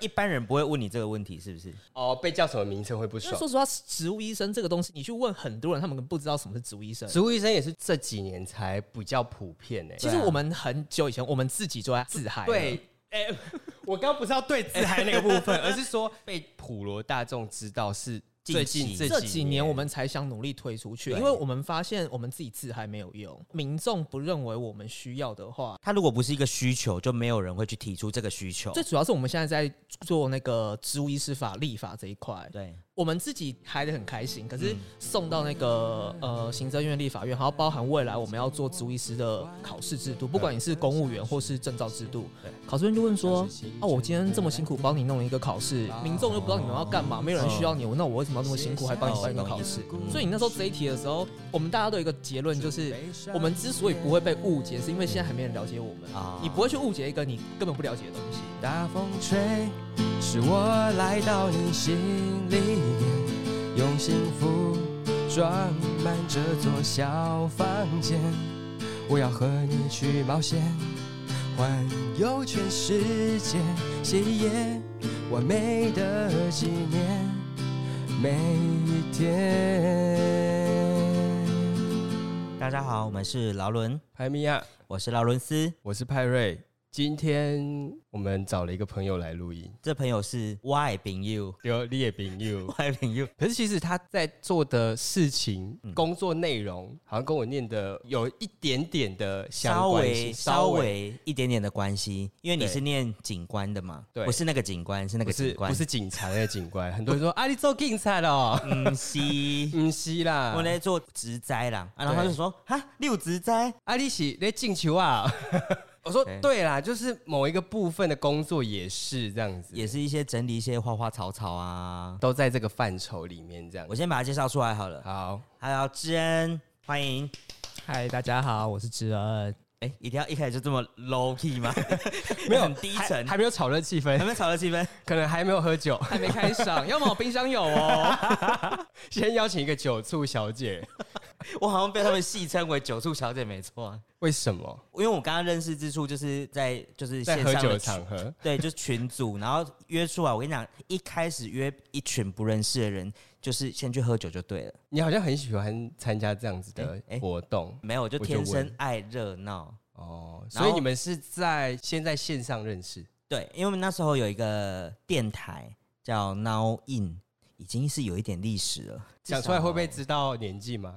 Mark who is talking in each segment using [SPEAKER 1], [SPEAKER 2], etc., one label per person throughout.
[SPEAKER 1] 一般人不会问你这个问题，是不是？
[SPEAKER 2] 哦，被叫什么名称会不
[SPEAKER 3] 因
[SPEAKER 2] 爽
[SPEAKER 3] 为？说实话，植物医生这个东西，你去问很多人，他们不知道什么是植物医生。
[SPEAKER 2] 植物医生也是这几年才比较普遍呢、欸
[SPEAKER 3] 其实我们很久以前，我们自己就在自嗨。
[SPEAKER 2] 对，，哎、 我刚刚不是要对自嗨那个部 分，而是说被普罗大众知道是最近
[SPEAKER 1] 近期
[SPEAKER 3] 这几年我们才想努力推出去，因为我们发现我们自己自嗨没有用，民众不认为我们需要的话，
[SPEAKER 1] 它如果不是一个需求，就没有人会去提出这个需求。
[SPEAKER 3] 最主要是我们现在在做那个植物医师法立法这一块，
[SPEAKER 1] 对，
[SPEAKER 3] 我们自己嗨得很开心，可是送到那个呃行政院、立法院，还有包含未来我们要做植物医师的考试制度，不管你是公务员或是证照制度，考试哦院就问说：啊，我今天这么辛苦帮你弄了一个考试，民众又不知道你们要干嘛，没有人需要你，那我为什么要那么辛苦还帮你办一个考试？所以你那时候这一题的时候，我们大家都有一个结论，就是我们之所以不会被误解，是因为现在还没人了解我们
[SPEAKER 1] 啊
[SPEAKER 3] 你不会去误解一个你根本不了解的东西。
[SPEAKER 4] 大风吹，使我来到你心里面，用幸福装满这座小房间。我要和你去冒险，环游全世界，写一页完美的纪念，每一天。
[SPEAKER 1] 大家好，我们是劳伦，
[SPEAKER 2] 派米亚，
[SPEAKER 1] 我是劳伦斯。
[SPEAKER 2] 我是派瑞。今天我们找了一个朋友来 录音，
[SPEAKER 1] 这朋友是 Y 丙 U
[SPEAKER 2] 有列饼 you。
[SPEAKER 1] Y 丙 U，
[SPEAKER 2] 可是其实他在做的事情、
[SPEAKER 1] 嗯
[SPEAKER 2] 工作内容，好像跟我念的有一点点的相
[SPEAKER 1] 稍
[SPEAKER 2] 关
[SPEAKER 1] 微
[SPEAKER 2] 性，
[SPEAKER 1] 稍微一点点的关系，因为你
[SPEAKER 2] 对
[SPEAKER 1] 是念警官的嘛，
[SPEAKER 2] 对
[SPEAKER 1] 不是那个警官，是那
[SPEAKER 2] 不
[SPEAKER 1] 个
[SPEAKER 2] 是
[SPEAKER 1] 警官，
[SPEAKER 2] 不是警察的警官， 很多人说啊，你做警察了哦，。
[SPEAKER 1] 嗯西
[SPEAKER 2] 不是啦，
[SPEAKER 1] 我在做植栽啦，啊、然后他就说哈六植栽，
[SPEAKER 2] 啊，你是在进球啊？ 我说
[SPEAKER 1] 对
[SPEAKER 2] 对啦，就是某一个部分的工作也是这样子，
[SPEAKER 1] 也是一些整理一些花花草草啊。
[SPEAKER 2] 都在这个范畴里面这样
[SPEAKER 1] 我。先把它介绍出来好了。
[SPEAKER 2] 好，
[SPEAKER 1] 还有知恩，欢迎。
[SPEAKER 3] 嗨，大家好，我是知恩。
[SPEAKER 1] 哎、一定要一开始就这么 low key 吗？ 很低
[SPEAKER 2] 还
[SPEAKER 1] 沉，
[SPEAKER 2] 还没有炒热气氛
[SPEAKER 1] 还，没吵到气氛。
[SPEAKER 2] 可能还没有喝酒。
[SPEAKER 3] 还没开赏，要么我冰箱有哦。
[SPEAKER 2] 先邀请一个酒醋小姐，
[SPEAKER 1] 我好像被他们戏称为“酒醋小姐”，没错啊。
[SPEAKER 2] 为什么
[SPEAKER 1] 因为我刚刚认识之处就是在就是线
[SPEAKER 2] 在
[SPEAKER 1] 上的
[SPEAKER 2] 喝酒的
[SPEAKER 1] 群
[SPEAKER 2] 场合？
[SPEAKER 1] 对，就是群组，然后约出来。我跟你讲，一开始约一群不认识的人，就是先去喝酒就对了。
[SPEAKER 2] 你好像很喜欢参加这样子的
[SPEAKER 1] 哎哎
[SPEAKER 2] 活动、
[SPEAKER 1] 没有，我就
[SPEAKER 2] 我就
[SPEAKER 1] 天生
[SPEAKER 2] 问
[SPEAKER 1] 爱热闹。
[SPEAKER 2] 哦，
[SPEAKER 1] 然
[SPEAKER 2] 所
[SPEAKER 1] 后
[SPEAKER 2] 以你们是在先在线上认识，
[SPEAKER 1] 对，因为我们那时候有一个电台叫 Now In，已经是有一点历史了。
[SPEAKER 2] 讲出来会不会知道年纪吗？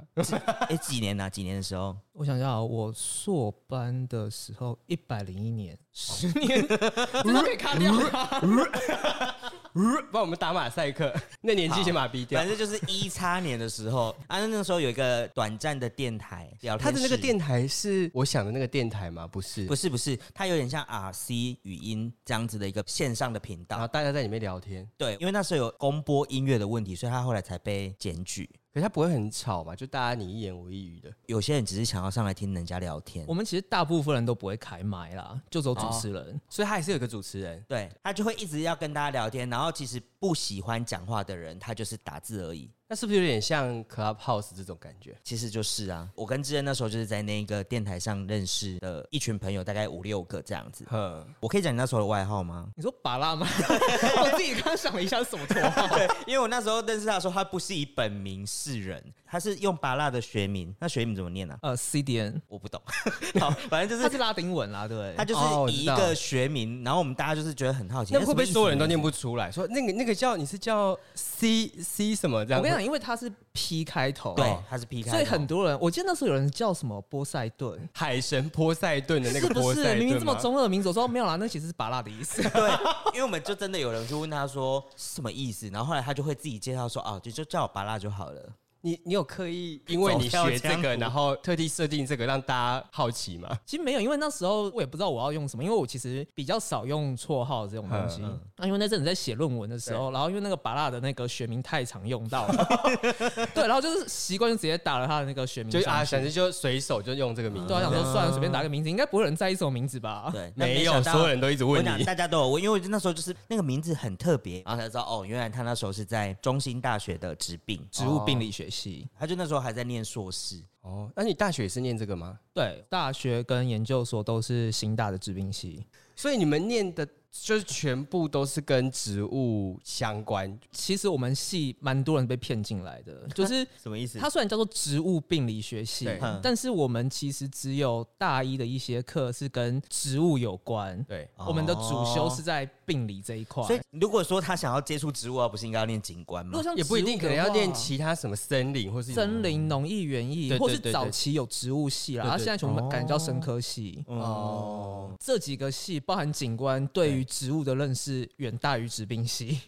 [SPEAKER 1] 哎、几年啊？几年的时候，
[SPEAKER 3] 我想一下啊，我硕班的时候一百零一年，十年，嗯真的可以卡掉吗？
[SPEAKER 2] 帮我们打马赛 克，那年纪先把它逼掉
[SPEAKER 1] 反。正就是一叉年的时候啊，那时候有一个短暂的电台聊天
[SPEAKER 2] 他
[SPEAKER 1] 室
[SPEAKER 2] 的那个电台是我想的那个电台吗？不是，
[SPEAKER 1] 不是不是，它有点像 RC 语音这样子的一个线上的频道。
[SPEAKER 2] 然后大家在里面聊天，
[SPEAKER 1] 对，因为那时候有公播音乐的问题，所以他后来才被检举。
[SPEAKER 2] 可是他不会很吵嘛？就大家你一言我一语的。
[SPEAKER 1] 有些人只是想要上来听人家聊天
[SPEAKER 3] 我，们其实大部分人都不会开麦啦，就走主持人。
[SPEAKER 2] 所以他还是有一个主持人，
[SPEAKER 1] 对他就会一直要跟大家聊天，然后其实不喜欢讲话的人，他就是打字而已。
[SPEAKER 2] 那是不是有点像 Clubhouse 这种感觉？
[SPEAKER 1] 其实就是啊，我跟志恩那时候就是在那个电台上认识的一群朋友，大概五六个这样子。
[SPEAKER 2] 哼，
[SPEAKER 1] 我可以讲你那时候的外号吗？
[SPEAKER 3] 你说巴拉吗？我自己刚想了一下是什么绰号，
[SPEAKER 1] 对， 因为我那时候认识他的时候，他不是以本名示人，他是用巴拉的学名。那学名怎么念呢、啊？
[SPEAKER 3] 呃，C D N，
[SPEAKER 1] 我不懂。 好，反正就
[SPEAKER 3] 它
[SPEAKER 1] 是
[SPEAKER 3] 是拉丁文啦，对不对
[SPEAKER 1] 他就
[SPEAKER 2] 哦我
[SPEAKER 1] 是
[SPEAKER 2] 知
[SPEAKER 1] 以一
[SPEAKER 2] 道
[SPEAKER 1] 个学名，然后我们大家就是觉得很好奇，
[SPEAKER 2] 那会不会所有人都念
[SPEAKER 1] 不？
[SPEAKER 2] 不出来？说那个那个叫你是叫 C C 什么这样？
[SPEAKER 3] 我跟你讲，因为它是 P 开头，欸
[SPEAKER 1] 对，他是 P 开头，
[SPEAKER 3] 所以很多人，我记得那时候有人叫什么波塞顿，
[SPEAKER 2] 海神波塞顿的那
[SPEAKER 3] 是
[SPEAKER 2] 个
[SPEAKER 3] 不
[SPEAKER 2] 波塞
[SPEAKER 3] 是？
[SPEAKER 2] 顿
[SPEAKER 3] 明明这么
[SPEAKER 2] 吗，
[SPEAKER 3] 中二的名字，我说没有啦，那其实是巴拉的意思。
[SPEAKER 1] 对，因为我们就真的有人去问他说是什么意思，然后后来他就会自己介绍说哦，就就叫我巴拉就好了。
[SPEAKER 2] 你你有刻意因为你学
[SPEAKER 1] 走跳
[SPEAKER 2] 这
[SPEAKER 1] 江
[SPEAKER 2] 个，
[SPEAKER 1] 湖
[SPEAKER 2] 然后特地设定这个让大家好奇吗？
[SPEAKER 3] 其实没有，因为那时候我也不知道我要用什么，因为我其实比较少用绰号这种东西。那、
[SPEAKER 2] 嗯
[SPEAKER 3] 因为那阵子在写论文的时候，然后因为那个巴拉的那个学名太常用 到了，对，然后就是习惯就直接打了他的那个
[SPEAKER 1] 嗯
[SPEAKER 3] 学名
[SPEAKER 2] 就
[SPEAKER 3] 上去。
[SPEAKER 2] 啊，嗯反正就随手就用这个名字
[SPEAKER 3] 对，啊，想说算了，随便打个名字，应该不会有人在意这种名字吧？
[SPEAKER 1] 对，那
[SPEAKER 2] 啊没有，
[SPEAKER 1] 想到
[SPEAKER 2] 所有人都一直
[SPEAKER 1] 我
[SPEAKER 2] 问
[SPEAKER 1] 跟讲
[SPEAKER 2] 你。
[SPEAKER 1] 大家都有问，因为我那时候就是那个名字很特别，然后才知道哦，原来他那时候是在中兴大学的治病，哦
[SPEAKER 3] 植物病理学系，
[SPEAKER 1] 他就那时候还在念硕士。
[SPEAKER 2] 哦，那你大学也是念这个吗？
[SPEAKER 3] 对，大学跟研究所都是新大的治病系。
[SPEAKER 2] 所以你们念的就是全部都是跟植物相关，
[SPEAKER 3] 其实我们系蛮多人被骗进来的，就是
[SPEAKER 1] 什么意思？
[SPEAKER 3] 它虽然叫做植物病理学系
[SPEAKER 2] 对
[SPEAKER 1] 嗯，
[SPEAKER 3] 但是我们其实只有大一的一些课是跟植物有关。
[SPEAKER 2] 对，
[SPEAKER 1] 哦
[SPEAKER 3] 我们的主修是在病理这一块，
[SPEAKER 1] 所以如果说他想要接触植物啊，不是应该要念景观
[SPEAKER 3] 如
[SPEAKER 1] 吗
[SPEAKER 3] 果？像
[SPEAKER 2] 也不一定，
[SPEAKER 3] 植
[SPEAKER 2] 可
[SPEAKER 3] 物
[SPEAKER 2] 能
[SPEAKER 3] 的
[SPEAKER 2] 要练
[SPEAKER 3] 话
[SPEAKER 2] 其他什么森林或是
[SPEAKER 3] 森林、农艺、园艺，
[SPEAKER 2] 对
[SPEAKER 3] 或是
[SPEAKER 2] 对对
[SPEAKER 3] 早
[SPEAKER 2] 对
[SPEAKER 3] 期有植物系啦，
[SPEAKER 2] 对对嗯
[SPEAKER 3] 它现在全部改叫生科系。
[SPEAKER 1] 哦，
[SPEAKER 3] 这几个系包含景观，对于植物的认识远大于植病 系。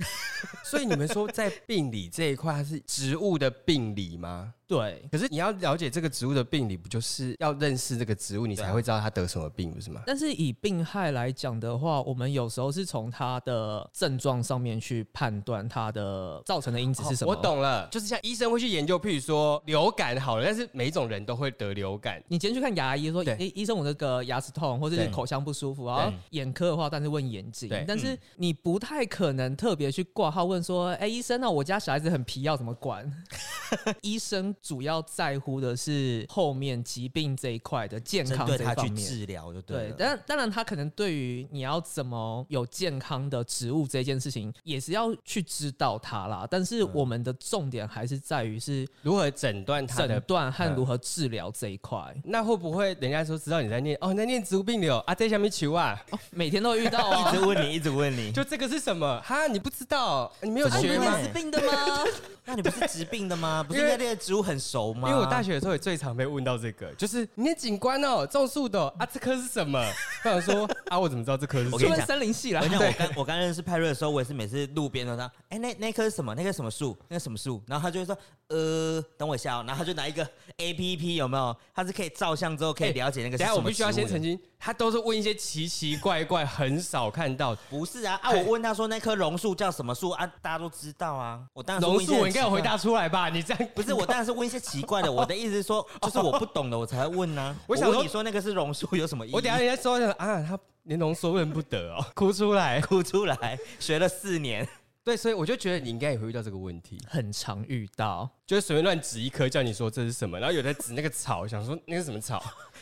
[SPEAKER 2] 所以你们说在病理这一块，它是植物的病理吗？
[SPEAKER 3] 对，
[SPEAKER 2] 可是你要了解这个植物的病理，不就是要认识这个植物，你
[SPEAKER 1] 对
[SPEAKER 2] 才
[SPEAKER 1] 啊
[SPEAKER 2] 会知道它得什么病，不是吗？
[SPEAKER 3] 但是以病害来讲的话，我们有时候是从它的症状上面去判断它的造成的因子是什么。
[SPEAKER 2] 哦我。懂了，就是像医生会去研究，譬如说流感好了，但是每一种人都会得流感，
[SPEAKER 3] 你今天去看牙医，说
[SPEAKER 2] 对
[SPEAKER 3] 诶、医生，我这个牙齿痛，或者
[SPEAKER 1] 对
[SPEAKER 3] 是口腔不舒服，然后
[SPEAKER 1] 对嗯
[SPEAKER 3] 眼科的话，但是问眼睛
[SPEAKER 2] 对，
[SPEAKER 3] 但是你不太可能特别去挂号问说，诶、医生那我家小孩子很皮，要怎么管？ 医生主要在乎的是后面疾病这一块的健
[SPEAKER 1] 针
[SPEAKER 3] 康
[SPEAKER 1] 对
[SPEAKER 3] 这一
[SPEAKER 1] 他去
[SPEAKER 3] 方面。
[SPEAKER 1] 治疗就对
[SPEAKER 3] 对
[SPEAKER 1] 了，。
[SPEAKER 3] 但当然，他可能对于你要怎么有健康的植物这件事情，也是要去知道它啦。但是
[SPEAKER 1] 嗯
[SPEAKER 3] 我们的重点还是在于是
[SPEAKER 2] 如何诊断它
[SPEAKER 3] 诊
[SPEAKER 2] 的？
[SPEAKER 3] 断和
[SPEAKER 2] 嗯
[SPEAKER 3] 如何治疗这一块。
[SPEAKER 2] 那会不会人家说知道你在念哦，你在念植物病理哦啊，在下面求啊，
[SPEAKER 3] 每天都会遇到 啊
[SPEAKER 1] 一。直问你，一直问你，
[SPEAKER 2] 就这个是什么？哈，你不知道，你没有
[SPEAKER 1] 怎么
[SPEAKER 3] 哎
[SPEAKER 2] 学
[SPEAKER 1] 会
[SPEAKER 2] 吗？
[SPEAKER 1] 是
[SPEAKER 3] 病的吗？
[SPEAKER 1] 那你不是治病的吗？不是
[SPEAKER 2] 因
[SPEAKER 1] 应该
[SPEAKER 2] 为
[SPEAKER 1] 对植物很熟吗？
[SPEAKER 2] 因为我大学的时候也最常被问到这个，就是你的景观哦，种树的哦啊，这棵是什么？我想说啊，我怎么知道这棵是什
[SPEAKER 1] 我
[SPEAKER 2] 么
[SPEAKER 1] 跟
[SPEAKER 3] 就
[SPEAKER 1] 你？
[SPEAKER 3] 问
[SPEAKER 1] 讲
[SPEAKER 3] 森林系啦
[SPEAKER 1] 我。跟你讲，我刚我刚认识派瑞的时候，我也是每次路边都他，哎、那那棵是什么？那棵什么树？那个什么树？然后他就会说，呃，等我一下哦。然后他就拿一个 A P P，有没有？它是可以照相之后可以
[SPEAKER 2] 哎
[SPEAKER 1] 了解那个是
[SPEAKER 2] 等下
[SPEAKER 1] 什
[SPEAKER 2] 我
[SPEAKER 1] 么
[SPEAKER 2] 必须要
[SPEAKER 1] 植物
[SPEAKER 2] 先
[SPEAKER 1] 的
[SPEAKER 2] 澄清，他都是问一些奇奇怪怪，很少看到的。
[SPEAKER 1] 不是啊啊！我问他说那棵榕树叫什么树啊？大家都知道啊。我当然是问
[SPEAKER 2] 榕
[SPEAKER 1] 一
[SPEAKER 2] 树
[SPEAKER 1] 些
[SPEAKER 2] 我应该有
[SPEAKER 1] 奇怪
[SPEAKER 2] 回，答出来吧？你这样
[SPEAKER 1] 不是我当然是问一些奇怪的。我的意思是说，就是我不懂的我才会问呢、啊。
[SPEAKER 2] 我想说
[SPEAKER 1] 问你说那个是榕树有什么意义？
[SPEAKER 2] 我等下人家说啊，他连浓缩问不得哦， 哭出来。
[SPEAKER 1] 哭出来，学了四年。
[SPEAKER 2] 对，所以我就觉得你应该也会遇到这个问题，
[SPEAKER 3] 很常遇到，
[SPEAKER 2] 就是随便乱指一棵，叫你说这是什么，然后有的指那个草，想说那是什么草，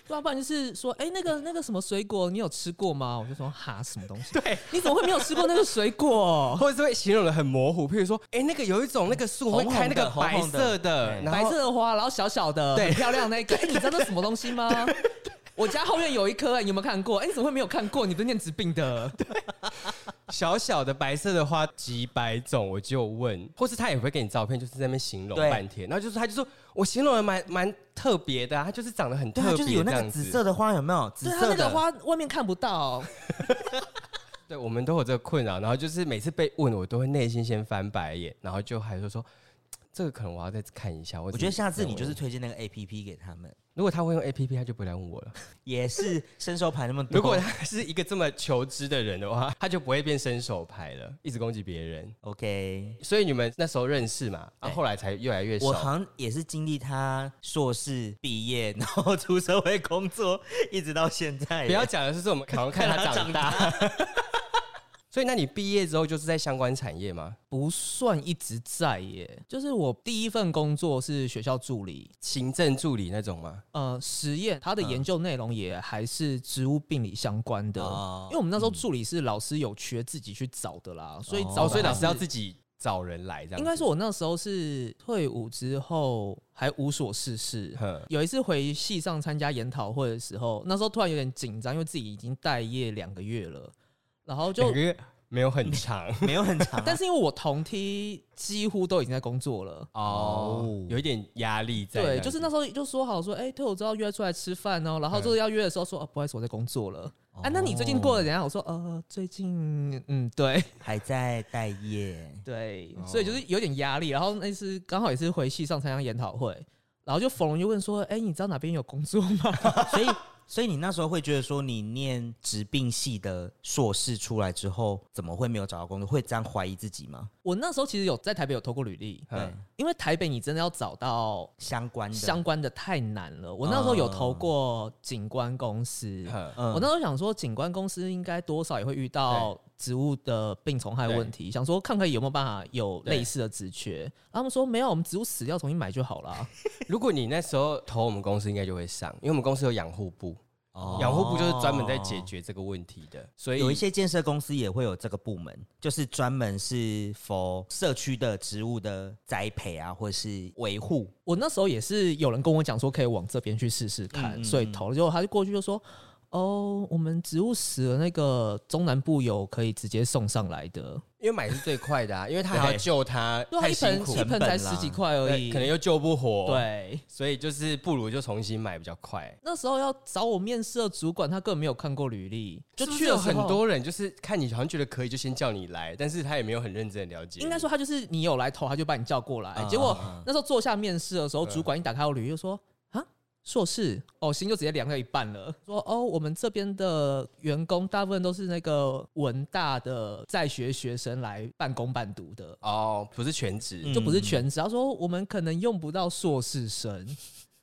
[SPEAKER 3] 要不然就是说，哎、那个那个什么水果，你有吃过吗？我就说，哈，什么东西？
[SPEAKER 2] 对，
[SPEAKER 3] 你怎么会没有吃过那个水果？
[SPEAKER 2] 或者是会形容的很模糊，譬如说，哎，那个有一种那个树会
[SPEAKER 1] 红
[SPEAKER 2] 开那个
[SPEAKER 1] 红的
[SPEAKER 2] 白
[SPEAKER 1] 红红的
[SPEAKER 2] 色的，
[SPEAKER 1] 对
[SPEAKER 2] 然
[SPEAKER 3] 白
[SPEAKER 2] 后
[SPEAKER 3] 色的花，然后小小的，
[SPEAKER 2] 对
[SPEAKER 3] 很漂亮那个。哎、你知道那什么东西吗？我家后院有一棵、哎，你有没有看过？哎、你怎么会没有看过？你不是念植病的？
[SPEAKER 2] 小小的白色的花几百种，我就问，或是他也会给你照片，就是在那边形容
[SPEAKER 1] 对
[SPEAKER 2] 半天，然后就是他就说我形容的蛮蛮特别的、啊，他就是长得很
[SPEAKER 1] 对
[SPEAKER 2] 特
[SPEAKER 1] 啊，
[SPEAKER 2] 别，
[SPEAKER 1] 就是有那个紫色。的花，有没有？紫
[SPEAKER 3] 对，它啊
[SPEAKER 1] 色
[SPEAKER 3] 那个
[SPEAKER 1] 的。
[SPEAKER 3] 花外面看不到。
[SPEAKER 2] 对，我们都有这个困扰，然后就是每次被问，我都会内心先翻白眼，然后就还是说。这个可能我要再看一下，我
[SPEAKER 1] 我觉得下次你就是，推荐那个 A P P 给他们，
[SPEAKER 2] 如果他会用 A P P，他就不会来问我 了。
[SPEAKER 1] 也是伸手牌那么多。
[SPEAKER 2] 如果他是一个这么求知的人的话，他就不会变伸手牌了，一直攻击别人。
[SPEAKER 1] OK，
[SPEAKER 2] 所以你们那时候认识嘛，啊，
[SPEAKER 1] 对
[SPEAKER 2] 后来才越来越
[SPEAKER 1] 我
[SPEAKER 2] 熟。
[SPEAKER 1] 好像也是经历他硕士毕业，然后出社会工作，一直到现在。
[SPEAKER 2] 不要讲的是这种，好像看他长 大。所以，那你毕业之后就是在相关产业吗？
[SPEAKER 3] 不算一直在耶，就是我第一份工作是学校助理，
[SPEAKER 2] 行政助理那种吗？
[SPEAKER 3] 呃，实验它的
[SPEAKER 2] 嗯
[SPEAKER 3] 研究内容也还是植物病理相关的，
[SPEAKER 1] 哦
[SPEAKER 3] 因为我们那时候助理是老师有缺自己去找的啦，所以
[SPEAKER 1] 哦
[SPEAKER 3] 找、
[SPEAKER 2] 嗯哦，所以老师要
[SPEAKER 3] 己。
[SPEAKER 2] 自己找人来这样子。
[SPEAKER 3] 应该说，我那时候是退伍之后还无所事事
[SPEAKER 2] 哼，
[SPEAKER 3] 有一次回系上参加研讨会的时候，那时候突然有点紧张，因为自己已经待业两个月了，然后就
[SPEAKER 2] 两个月没有很长
[SPEAKER 1] 没有很长啊、
[SPEAKER 3] 但是因为我同梯几乎都已经在工作了。
[SPEAKER 2] 哦
[SPEAKER 1] 哦，
[SPEAKER 2] 有一点压力在这样
[SPEAKER 3] 对，
[SPEAKER 2] 子。
[SPEAKER 3] 就是那时候就说好说，哎、退伍之后约出来吃饭哦。然后就是要约的时候说，哦、不好意思，我在工作了。哎、那你最近过得怎样？我说，呃，最近，嗯，对
[SPEAKER 1] 还在待业，
[SPEAKER 3] 对，所以就是有点压力。然后那次刚好也是回系上参加研讨会，然后就冯龙就问说，哎、你知道哪边有工作吗？
[SPEAKER 1] 所以 所以你那时候会觉得说，你念植病系的硕士出来之后，怎么会没有找到工作？会这样怀疑自己吗？
[SPEAKER 3] 我那时候其实有在台北有投过履历，
[SPEAKER 1] 对，
[SPEAKER 3] 因为台北你真的要找到
[SPEAKER 1] 相关的
[SPEAKER 3] 相关的太难了。我那时候有投
[SPEAKER 1] 哦
[SPEAKER 3] 过景观公司，
[SPEAKER 2] 哼
[SPEAKER 1] 嗯
[SPEAKER 3] 我那时候想说，景观公司应该多少也会遇到植物的病虫害问题，想说看看有没有办法有类似的职缺。然后他们说没有，我们植物死掉重新买就好了。啊
[SPEAKER 2] 如果你那时候投我们公司，应该就会上，因为我们公司有养护部，养护部就是专门在解决这个问题的，所以
[SPEAKER 1] 哦有一些建设公司也会有这个部门，就是专门是 for 社区的植物的栽培啊，或是维护。
[SPEAKER 3] 我那时候也是有人跟我讲说可以往这边去试试看，
[SPEAKER 1] 嗯嗯
[SPEAKER 3] 所以投了之后他就过去就说：“哦，我们植物死了，那个中南部有可以直接送上来的，
[SPEAKER 2] 因为买是最快的啊， 因为他还要救他，
[SPEAKER 3] 对啊，
[SPEAKER 2] 太
[SPEAKER 3] 一
[SPEAKER 2] 辛
[SPEAKER 3] 盆
[SPEAKER 2] 苦
[SPEAKER 3] 一
[SPEAKER 2] 了，
[SPEAKER 3] 盆才十几块而
[SPEAKER 2] 对
[SPEAKER 3] 已，
[SPEAKER 2] 可能又救不活，，
[SPEAKER 3] 对。”
[SPEAKER 2] 所以就是不如就重新买比较快。
[SPEAKER 3] 那时候要找我面试的主管，他根本没有看过履历，就是
[SPEAKER 2] 不是
[SPEAKER 3] 去
[SPEAKER 2] 有
[SPEAKER 3] 了
[SPEAKER 2] 很
[SPEAKER 3] 之后。
[SPEAKER 2] 多人，就是看你好像觉得可以，就先叫你来，但是他也没有很认真地了解你。
[SPEAKER 3] 应该说他就是你有来投，他就把你叫过来。
[SPEAKER 1] 啊
[SPEAKER 3] 结果那时候坐下面试的时候，
[SPEAKER 2] 对
[SPEAKER 3] 主管一打开我履历就说：“啊，硕士哦，心就直接凉到一半了。”说：“哦，我们这边的员工大部分都是那个文大的在学学生来半工半读的，
[SPEAKER 2] 哦，不是全职，
[SPEAKER 1] 嗯
[SPEAKER 3] 就不是全职。”他啊说：“我们可能用不到硕士生。”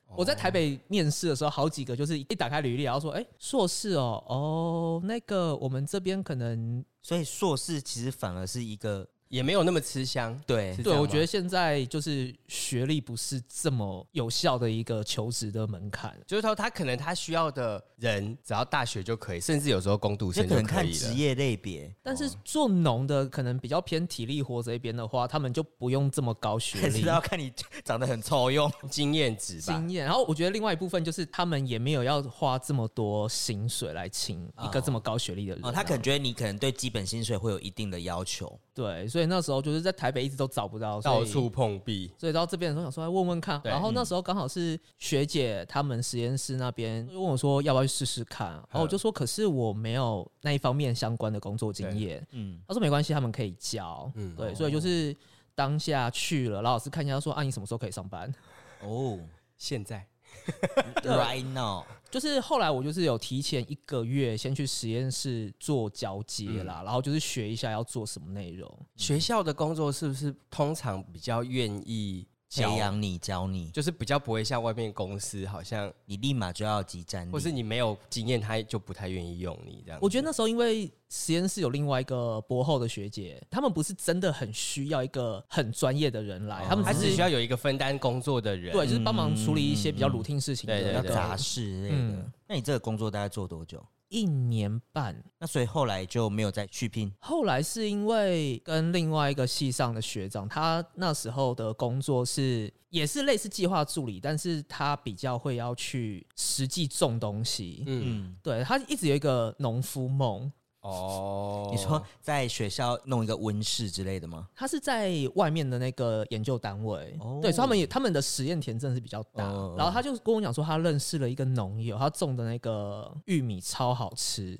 [SPEAKER 1] 哦
[SPEAKER 3] 我在台北面试的时候，好几个就是一打开履历，然后说：“哎、硕士哦，哦，那个我们这边可能
[SPEAKER 1] 所以硕士其实反而是一个
[SPEAKER 2] 也没有那么吃香。
[SPEAKER 1] 对
[SPEAKER 2] 是这
[SPEAKER 3] 对，
[SPEAKER 2] 样
[SPEAKER 3] 我
[SPEAKER 2] 吗
[SPEAKER 3] 觉得现在就是学历不是这么有效的一个求职的门槛。
[SPEAKER 2] 就是说他可能他需要的人，只要大学就可以，甚至有时候工读
[SPEAKER 1] 这可
[SPEAKER 2] 生就
[SPEAKER 1] 能
[SPEAKER 2] 可
[SPEAKER 1] 看
[SPEAKER 2] 以
[SPEAKER 1] 职
[SPEAKER 2] 了。
[SPEAKER 1] 业类别，
[SPEAKER 3] 但是做农的可能比较偏体力活这一边的话，他们就不用这么高 学
[SPEAKER 1] 还
[SPEAKER 3] 历
[SPEAKER 1] 是要看你长得很臭用。
[SPEAKER 2] 经验值吧
[SPEAKER 3] 经，验。然后我觉得另外一部分就是他们也没有要花这么多薪水来请一个这么高学历的人啊、
[SPEAKER 1] 哦，他可能觉得你可能对基本薪水会有一定的要求，
[SPEAKER 3] 对，所以那时候就是在台北一直都找不到，所
[SPEAKER 2] 到
[SPEAKER 3] 以
[SPEAKER 2] 处碰壁。
[SPEAKER 3] 所以到这边的时候想说来问问看，
[SPEAKER 2] 对嗯
[SPEAKER 3] 然后那时候刚好是学姐他们实验室那边就问我说要不要去试试看，啊然
[SPEAKER 2] 嗯
[SPEAKER 3] 后我就说可是我没有那一方面相关的工作经验，
[SPEAKER 1] 嗯，
[SPEAKER 3] 他说没关系，他们可以教，
[SPEAKER 2] 嗯
[SPEAKER 3] 对，所以就是当下去了，老老师看一下他说啊你什么时候可以上班？
[SPEAKER 1] 哦
[SPEAKER 2] 现在
[SPEAKER 1] ，right now，
[SPEAKER 3] 就是后来我就是有提前一个月先去实验室做交接
[SPEAKER 2] 嗯
[SPEAKER 3] 啦，然后就是学一下要做什么内容，
[SPEAKER 2] 学校的工作是不是通常比较愿意教
[SPEAKER 1] 培？养你，教你，
[SPEAKER 2] 就是比较不会像外面公司，好像
[SPEAKER 1] 你立马就要集战力，
[SPEAKER 2] 或是你没有经验，他就不太愿意用你这样子。
[SPEAKER 3] 我觉得那时候因为实验室有另外一个博后的学姐，他们不是真的很需要一个很专业的人来，他们
[SPEAKER 2] 他
[SPEAKER 3] 只
[SPEAKER 2] 只
[SPEAKER 3] 是
[SPEAKER 2] 需要有一个分担工作的人。
[SPEAKER 3] 对，就是帮忙处理一些比较 routine 事情的
[SPEAKER 2] 嗯嗯嗯对
[SPEAKER 1] 要
[SPEAKER 3] 那个
[SPEAKER 1] 杂事之类的
[SPEAKER 3] 嗯。
[SPEAKER 1] 那你这个工作大概做多久？
[SPEAKER 3] 一年半。
[SPEAKER 1] 那所以后来就没有再续聘，
[SPEAKER 3] 后来是因为跟另外一个系上的学长，他那时候的工作是也是类似计划助理，但是他比较会要去实际种东西。
[SPEAKER 2] 嗯，
[SPEAKER 1] 嗯，
[SPEAKER 3] 对他一直有一个农夫梦，
[SPEAKER 2] 哦，
[SPEAKER 1] 你说在学校弄一个温室之类的吗？
[SPEAKER 3] 他是在外面的那个研究单位，
[SPEAKER 1] 哦
[SPEAKER 3] 对，所以他们也他们的实验田真的是比较大。
[SPEAKER 1] 哦
[SPEAKER 3] 然后他就跟我讲说，他认识了一个农友，他种的那个玉米超好 吃，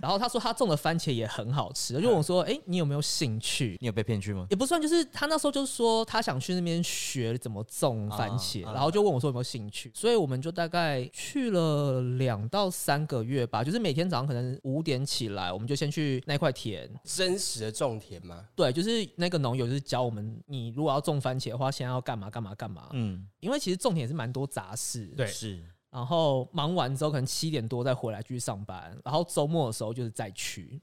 [SPEAKER 3] 然后他说他种的番茄也很好吃，就问我说，哎、你有没有兴趣？
[SPEAKER 1] 你有被骗去吗？嗯
[SPEAKER 3] 也不算，就是他那时候就是说他想去那边学怎么种番茄，
[SPEAKER 1] 啊啊
[SPEAKER 3] 然后就问我说有没有兴趣，所以我们就大概去了两到三个月吧，就是每天早上可能五点起来，我们就先去那块田，
[SPEAKER 2] 真实的种田吗？
[SPEAKER 3] 对，就是那个农友就是教我们，你如果要种番茄的话，先要干嘛干嘛干嘛，
[SPEAKER 1] 嗯，
[SPEAKER 3] 因为其实种田也是蛮多杂事，
[SPEAKER 2] 对
[SPEAKER 1] 是
[SPEAKER 3] 然后忙完之后可能七点多再回来继续上班，然后周末的时候就是再去。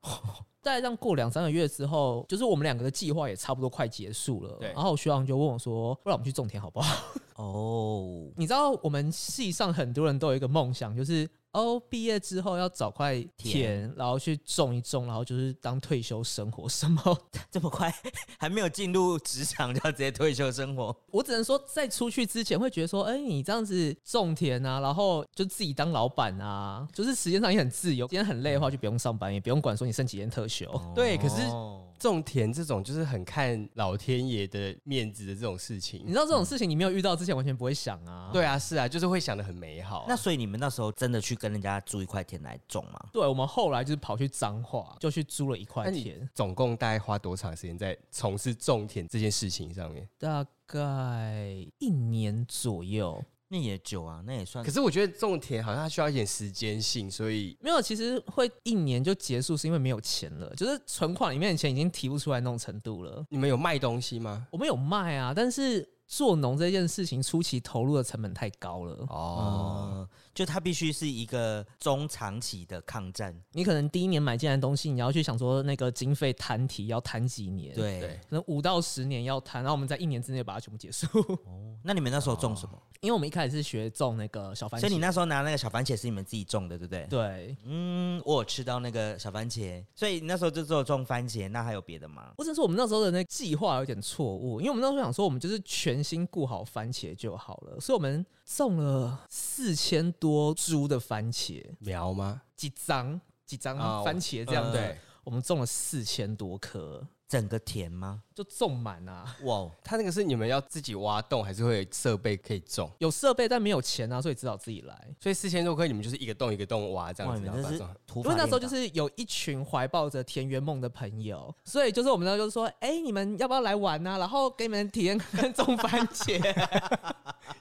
[SPEAKER 3] 再让过两三个月之后，就是我们两个的计划也差不多快结束了。
[SPEAKER 2] 对
[SPEAKER 3] 然后徐长就问我说：“不然我们去种田好不好
[SPEAKER 1] 哦？”
[SPEAKER 3] 你知道我们系上很多人都有一个梦想，就是哦，毕业之后要找块田，然后去种一种，然后就是当退休生活什么。
[SPEAKER 1] 这么快 还没有进入职场就要直接退休生活，
[SPEAKER 3] 我只能说，在出去之前会觉得说，哎、你这样子种田啊，然后就自己当老板啊，就是时间上也很自由。今天很累的话，就不用上班，也不用管说你剩几天特休。
[SPEAKER 2] 对，可是
[SPEAKER 1] 哦
[SPEAKER 2] 种田这种就是很看老天爷的面子的这种事
[SPEAKER 3] 你
[SPEAKER 2] 情
[SPEAKER 3] 知。道这种事情，你没有遇到之前完全不会想啊。
[SPEAKER 2] 对啊，是啊，就是会想的很美好啊。
[SPEAKER 1] 那所以你们那时候真的去跟人家租一块田来种吗？
[SPEAKER 3] 对，我们后来就是跑去彰化，就去租了一
[SPEAKER 2] 那
[SPEAKER 3] 块
[SPEAKER 2] 你
[SPEAKER 3] 田，
[SPEAKER 2] 总共大概花多长时间在从事种田这件事情上面？
[SPEAKER 3] 大概一年左右。
[SPEAKER 1] 那也久啊，那也算
[SPEAKER 2] 可。是我觉得种田好像它需要一点时间性，所以
[SPEAKER 3] 没有，其实会一年就结束，是因为没有钱了，就是存款里面的钱已经提不出来那种程度了。
[SPEAKER 2] 你们有卖东西吗？
[SPEAKER 3] 我们有卖啊，但是做农这件事情初期投入的成本太高了。
[SPEAKER 2] 哦，
[SPEAKER 1] 哦，就它必须是一个中长期的抗战。
[SPEAKER 3] 你可能第一年买进来的东西，你要去想说那个经费摊提要摊几年，，
[SPEAKER 1] 对
[SPEAKER 2] 对，
[SPEAKER 3] 可能五到十年要摊，然后我们在一年之内把它全部结束。
[SPEAKER 1] 哦那你们那时候种什么？
[SPEAKER 3] 因为我们一开始是学种那个哦小番茄，
[SPEAKER 1] 所以你那时候拿那个小番茄是你们自己种的，对不对？
[SPEAKER 3] 对
[SPEAKER 1] 嗯，我有吃到那个小番茄，所以你那时候就只有种番茄，那还有别的吗？
[SPEAKER 3] 或者说我们那时候的那个计划有点错误，因为我们那时候想说我们就是全心顾好番茄就好了，所以我们种了四千多株的番茄，
[SPEAKER 2] 苗吗？
[SPEAKER 3] 几张几
[SPEAKER 2] 哦
[SPEAKER 3] 张番茄这样子，
[SPEAKER 1] 呃
[SPEAKER 2] 对，
[SPEAKER 3] 我们种了四千多颗，
[SPEAKER 1] 整个田吗？
[SPEAKER 3] 就种满啊。
[SPEAKER 1] 哇，哦
[SPEAKER 2] 它那个是你们要自己挖洞，还是会有设备可以种？
[SPEAKER 3] 有设备但没有钱啊，所以只好自己来。
[SPEAKER 2] 所以四千多颗，你们就是一个洞一个洞挖这样
[SPEAKER 1] 哇，
[SPEAKER 2] 子，
[SPEAKER 1] 你
[SPEAKER 2] 然
[SPEAKER 1] 们
[SPEAKER 2] 后
[SPEAKER 1] 真
[SPEAKER 2] 把它
[SPEAKER 1] 是
[SPEAKER 2] 种好。
[SPEAKER 1] 土
[SPEAKER 3] 因
[SPEAKER 1] 法
[SPEAKER 3] 为那
[SPEAKER 1] 炼
[SPEAKER 3] 时候就
[SPEAKER 1] 钢
[SPEAKER 3] 是有一群怀抱着田园梦的朋友，所以就是我们那时候就说，哎、你们要不要来玩呢、啊？然后给你们体验看 看种番茄。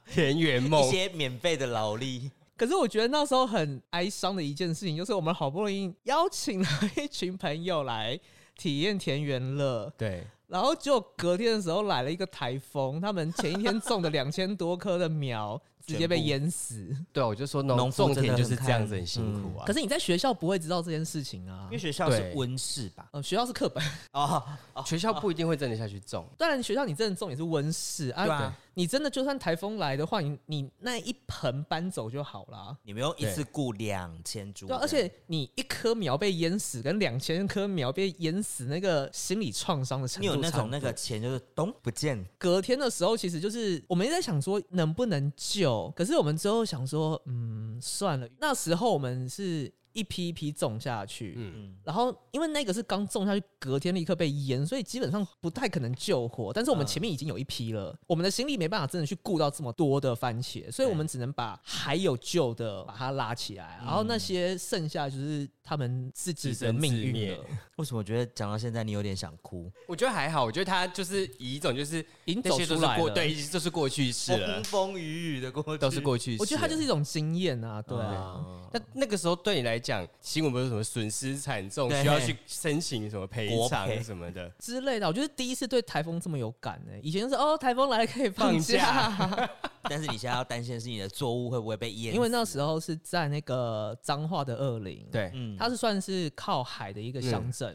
[SPEAKER 2] 田园梦
[SPEAKER 1] 一，些免费的劳力，
[SPEAKER 3] 可是我觉得那时候很哀伤的一件事情，就是我们好不容易邀请了一群朋友来体验田园乐，
[SPEAKER 2] 对，
[SPEAKER 3] 然后就隔天的时候来了一个台风，他们前一天种的两千多棵的苗直接被
[SPEAKER 1] 全部
[SPEAKER 3] 淹死。
[SPEAKER 2] 对啊，我就说
[SPEAKER 1] 农
[SPEAKER 2] 农
[SPEAKER 1] 夫
[SPEAKER 2] 种
[SPEAKER 1] 真的
[SPEAKER 2] 田就是
[SPEAKER 1] 很
[SPEAKER 2] 这样
[SPEAKER 1] 看
[SPEAKER 2] 子，很辛 苦啊。
[SPEAKER 3] 可是你在学校不会知道这件事情啊
[SPEAKER 1] 因为，学校是
[SPEAKER 2] 对
[SPEAKER 1] 温室吧？
[SPEAKER 3] 呃，学校是课本，
[SPEAKER 1] 哦，哦
[SPEAKER 2] 学校不一定会真的下去种，
[SPEAKER 3] 当然学校你真的种也是温室啊，
[SPEAKER 1] 对啊，
[SPEAKER 3] 你真的就算台风来的话，你你那一盆搬走就好啦。
[SPEAKER 1] 你们用一次雇两千株这
[SPEAKER 3] 对啊、
[SPEAKER 1] 样，
[SPEAKER 3] 而且你一棵苗被淹死，跟两千棵苗被淹死，那个心理创伤的程
[SPEAKER 1] 你
[SPEAKER 3] 度差
[SPEAKER 1] 有
[SPEAKER 3] 不多，
[SPEAKER 1] 那种那个钱就是咚不见，
[SPEAKER 3] 隔天的时候，其实就是我们也在想说能不能救，可是我们之后想说，嗯，算了。那时候我们是一批一批种下去，
[SPEAKER 2] 嗯
[SPEAKER 1] 嗯，
[SPEAKER 3] 然后因为那个是刚种下去，隔天立刻被淹，所以基本上不太可能救活。但是我们
[SPEAKER 1] 嗯
[SPEAKER 3] 前面已经有一批了，我们的心力没办法真的去顾到这么多的番茄，所以我们只能把还有救的把它拉起来，然后那些剩下就是他们自己
[SPEAKER 2] 自
[SPEAKER 3] 的
[SPEAKER 2] 生
[SPEAKER 3] 命
[SPEAKER 2] 自
[SPEAKER 3] 运
[SPEAKER 2] 灭
[SPEAKER 3] 了，
[SPEAKER 1] 为什么我觉得讲到现在你有点想哭？
[SPEAKER 2] 我觉得还好。我觉得他就是以一种就是
[SPEAKER 3] 已经
[SPEAKER 2] 那
[SPEAKER 3] 走
[SPEAKER 2] 些
[SPEAKER 3] 出
[SPEAKER 2] 都是
[SPEAKER 3] 来
[SPEAKER 2] 过，
[SPEAKER 3] 了。
[SPEAKER 2] 对，就是过去式了
[SPEAKER 1] 风，风雨雨的过去，
[SPEAKER 2] 都是过去式。嗯
[SPEAKER 3] 我觉得它就是一种经验啊，对啊。
[SPEAKER 1] 啊，
[SPEAKER 2] 那那个时候对你来讲，新闻不是什么损失惨重，
[SPEAKER 1] 对
[SPEAKER 2] 需要去申请什么赔
[SPEAKER 1] 国
[SPEAKER 2] 偿
[SPEAKER 1] 赔
[SPEAKER 2] 什么的。
[SPEAKER 3] 之类的，我就是第一次对台风这么有感呢、以前是哦，台风来了可以放假，
[SPEAKER 1] 但是你现在要担心的是你的作物会不会被淹死，
[SPEAKER 3] 因为那时候是在那个彰化的二林，
[SPEAKER 2] 对，
[SPEAKER 1] 嗯
[SPEAKER 3] 它是算是靠海的一个乡镇。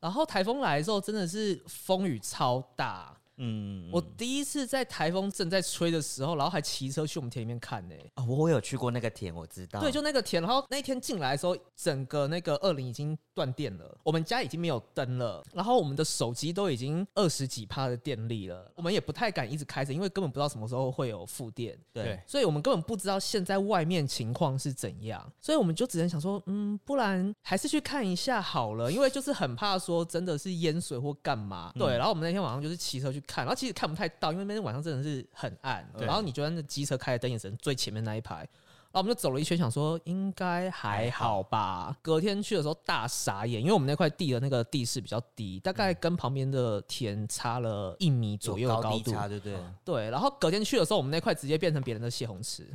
[SPEAKER 3] 然后台风来的时候，真的是风雨超大。
[SPEAKER 1] 嗯
[SPEAKER 3] 我第一次在台风正在吹的时候，然后还骑车去我们田里面看呢、
[SPEAKER 1] 哦我有去过那个田，我知道，
[SPEAKER 3] 对，就那个田，然后那一天进来的时候，整个那个二零已经断电了，我们家已经没有灯了，然后我们的手机都已经二十几趴的电力了，我们也不太敢一直开着，因为根本不知道什么时候会有复电。
[SPEAKER 1] 对
[SPEAKER 2] 对，
[SPEAKER 3] 所以我们根本不知道现在外面情况是怎样，所以我们就只能想说，嗯，不然还是去看一下好了，因为就是很怕说真的是淹水或干嘛。对，然后我们那天晚上就是骑车去看，然后其实看不太到，因为那天晚上真的是很暗，
[SPEAKER 2] 对
[SPEAKER 3] 然后你就算那机车开的灯也只能最前面那一排。然后我们就走了一圈，想说应该还好吧。隔天去的时候大傻眼，因为我们那块地的那个地势比较低，大概跟旁边的田差了一米左右的
[SPEAKER 1] 嗯高嗯低
[SPEAKER 3] 度，
[SPEAKER 1] 差，对不对？
[SPEAKER 3] 对，然后隔天去的时候，我们那块直接变成别人的泄洪池。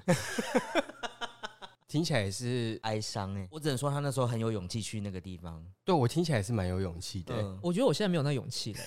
[SPEAKER 2] 听起来也是，
[SPEAKER 1] 哀伤哎，我只能说他那时候很有勇气去那个地方，
[SPEAKER 2] 对我听起来也是蛮有勇气的。
[SPEAKER 1] 嗯
[SPEAKER 3] 我觉得我现在没有那勇气了。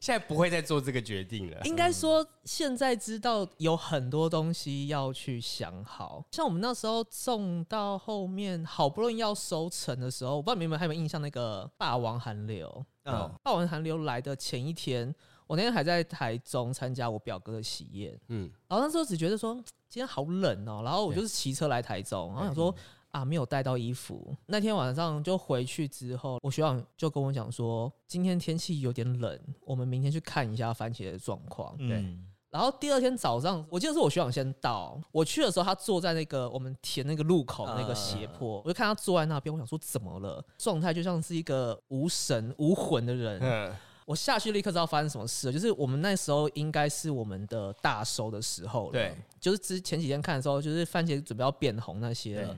[SPEAKER 2] 现在不会再做这个决定了。
[SPEAKER 3] 应该说，现在知道有很多东西要去想好。像我们那时候种到后面，好不容易要收成的时候，我不知道你们有没有还有没有印象那个霸王寒流。
[SPEAKER 1] 嗯
[SPEAKER 3] 霸王寒流来的前一天，我那天还在台中参加我表哥的喜宴。
[SPEAKER 2] 嗯，
[SPEAKER 3] 然后那时候只觉得说今天好冷哦、然后我就是骑车来台中，然后想说啊没有带到衣服。那天晚上就回去之后，我学长就跟我讲说，今天天气有点冷，我们明天去看一下番茄的状况。
[SPEAKER 2] 对
[SPEAKER 1] 嗯
[SPEAKER 3] 然后第二天早上，我记得是我学长先到，啊我去的时候他坐在那个我们填那个路口那个斜坡，我就看他坐在那边，我想说怎么了？状态就像是一个无神无魂的人，
[SPEAKER 2] 嗯，
[SPEAKER 3] 我下去立刻知道发生什么事了，就是我们那时候应该是我们的大收的时候了。
[SPEAKER 2] 对，
[SPEAKER 3] 就是之前几天看的时候，就是番茄准备要变红那些了
[SPEAKER 1] 对。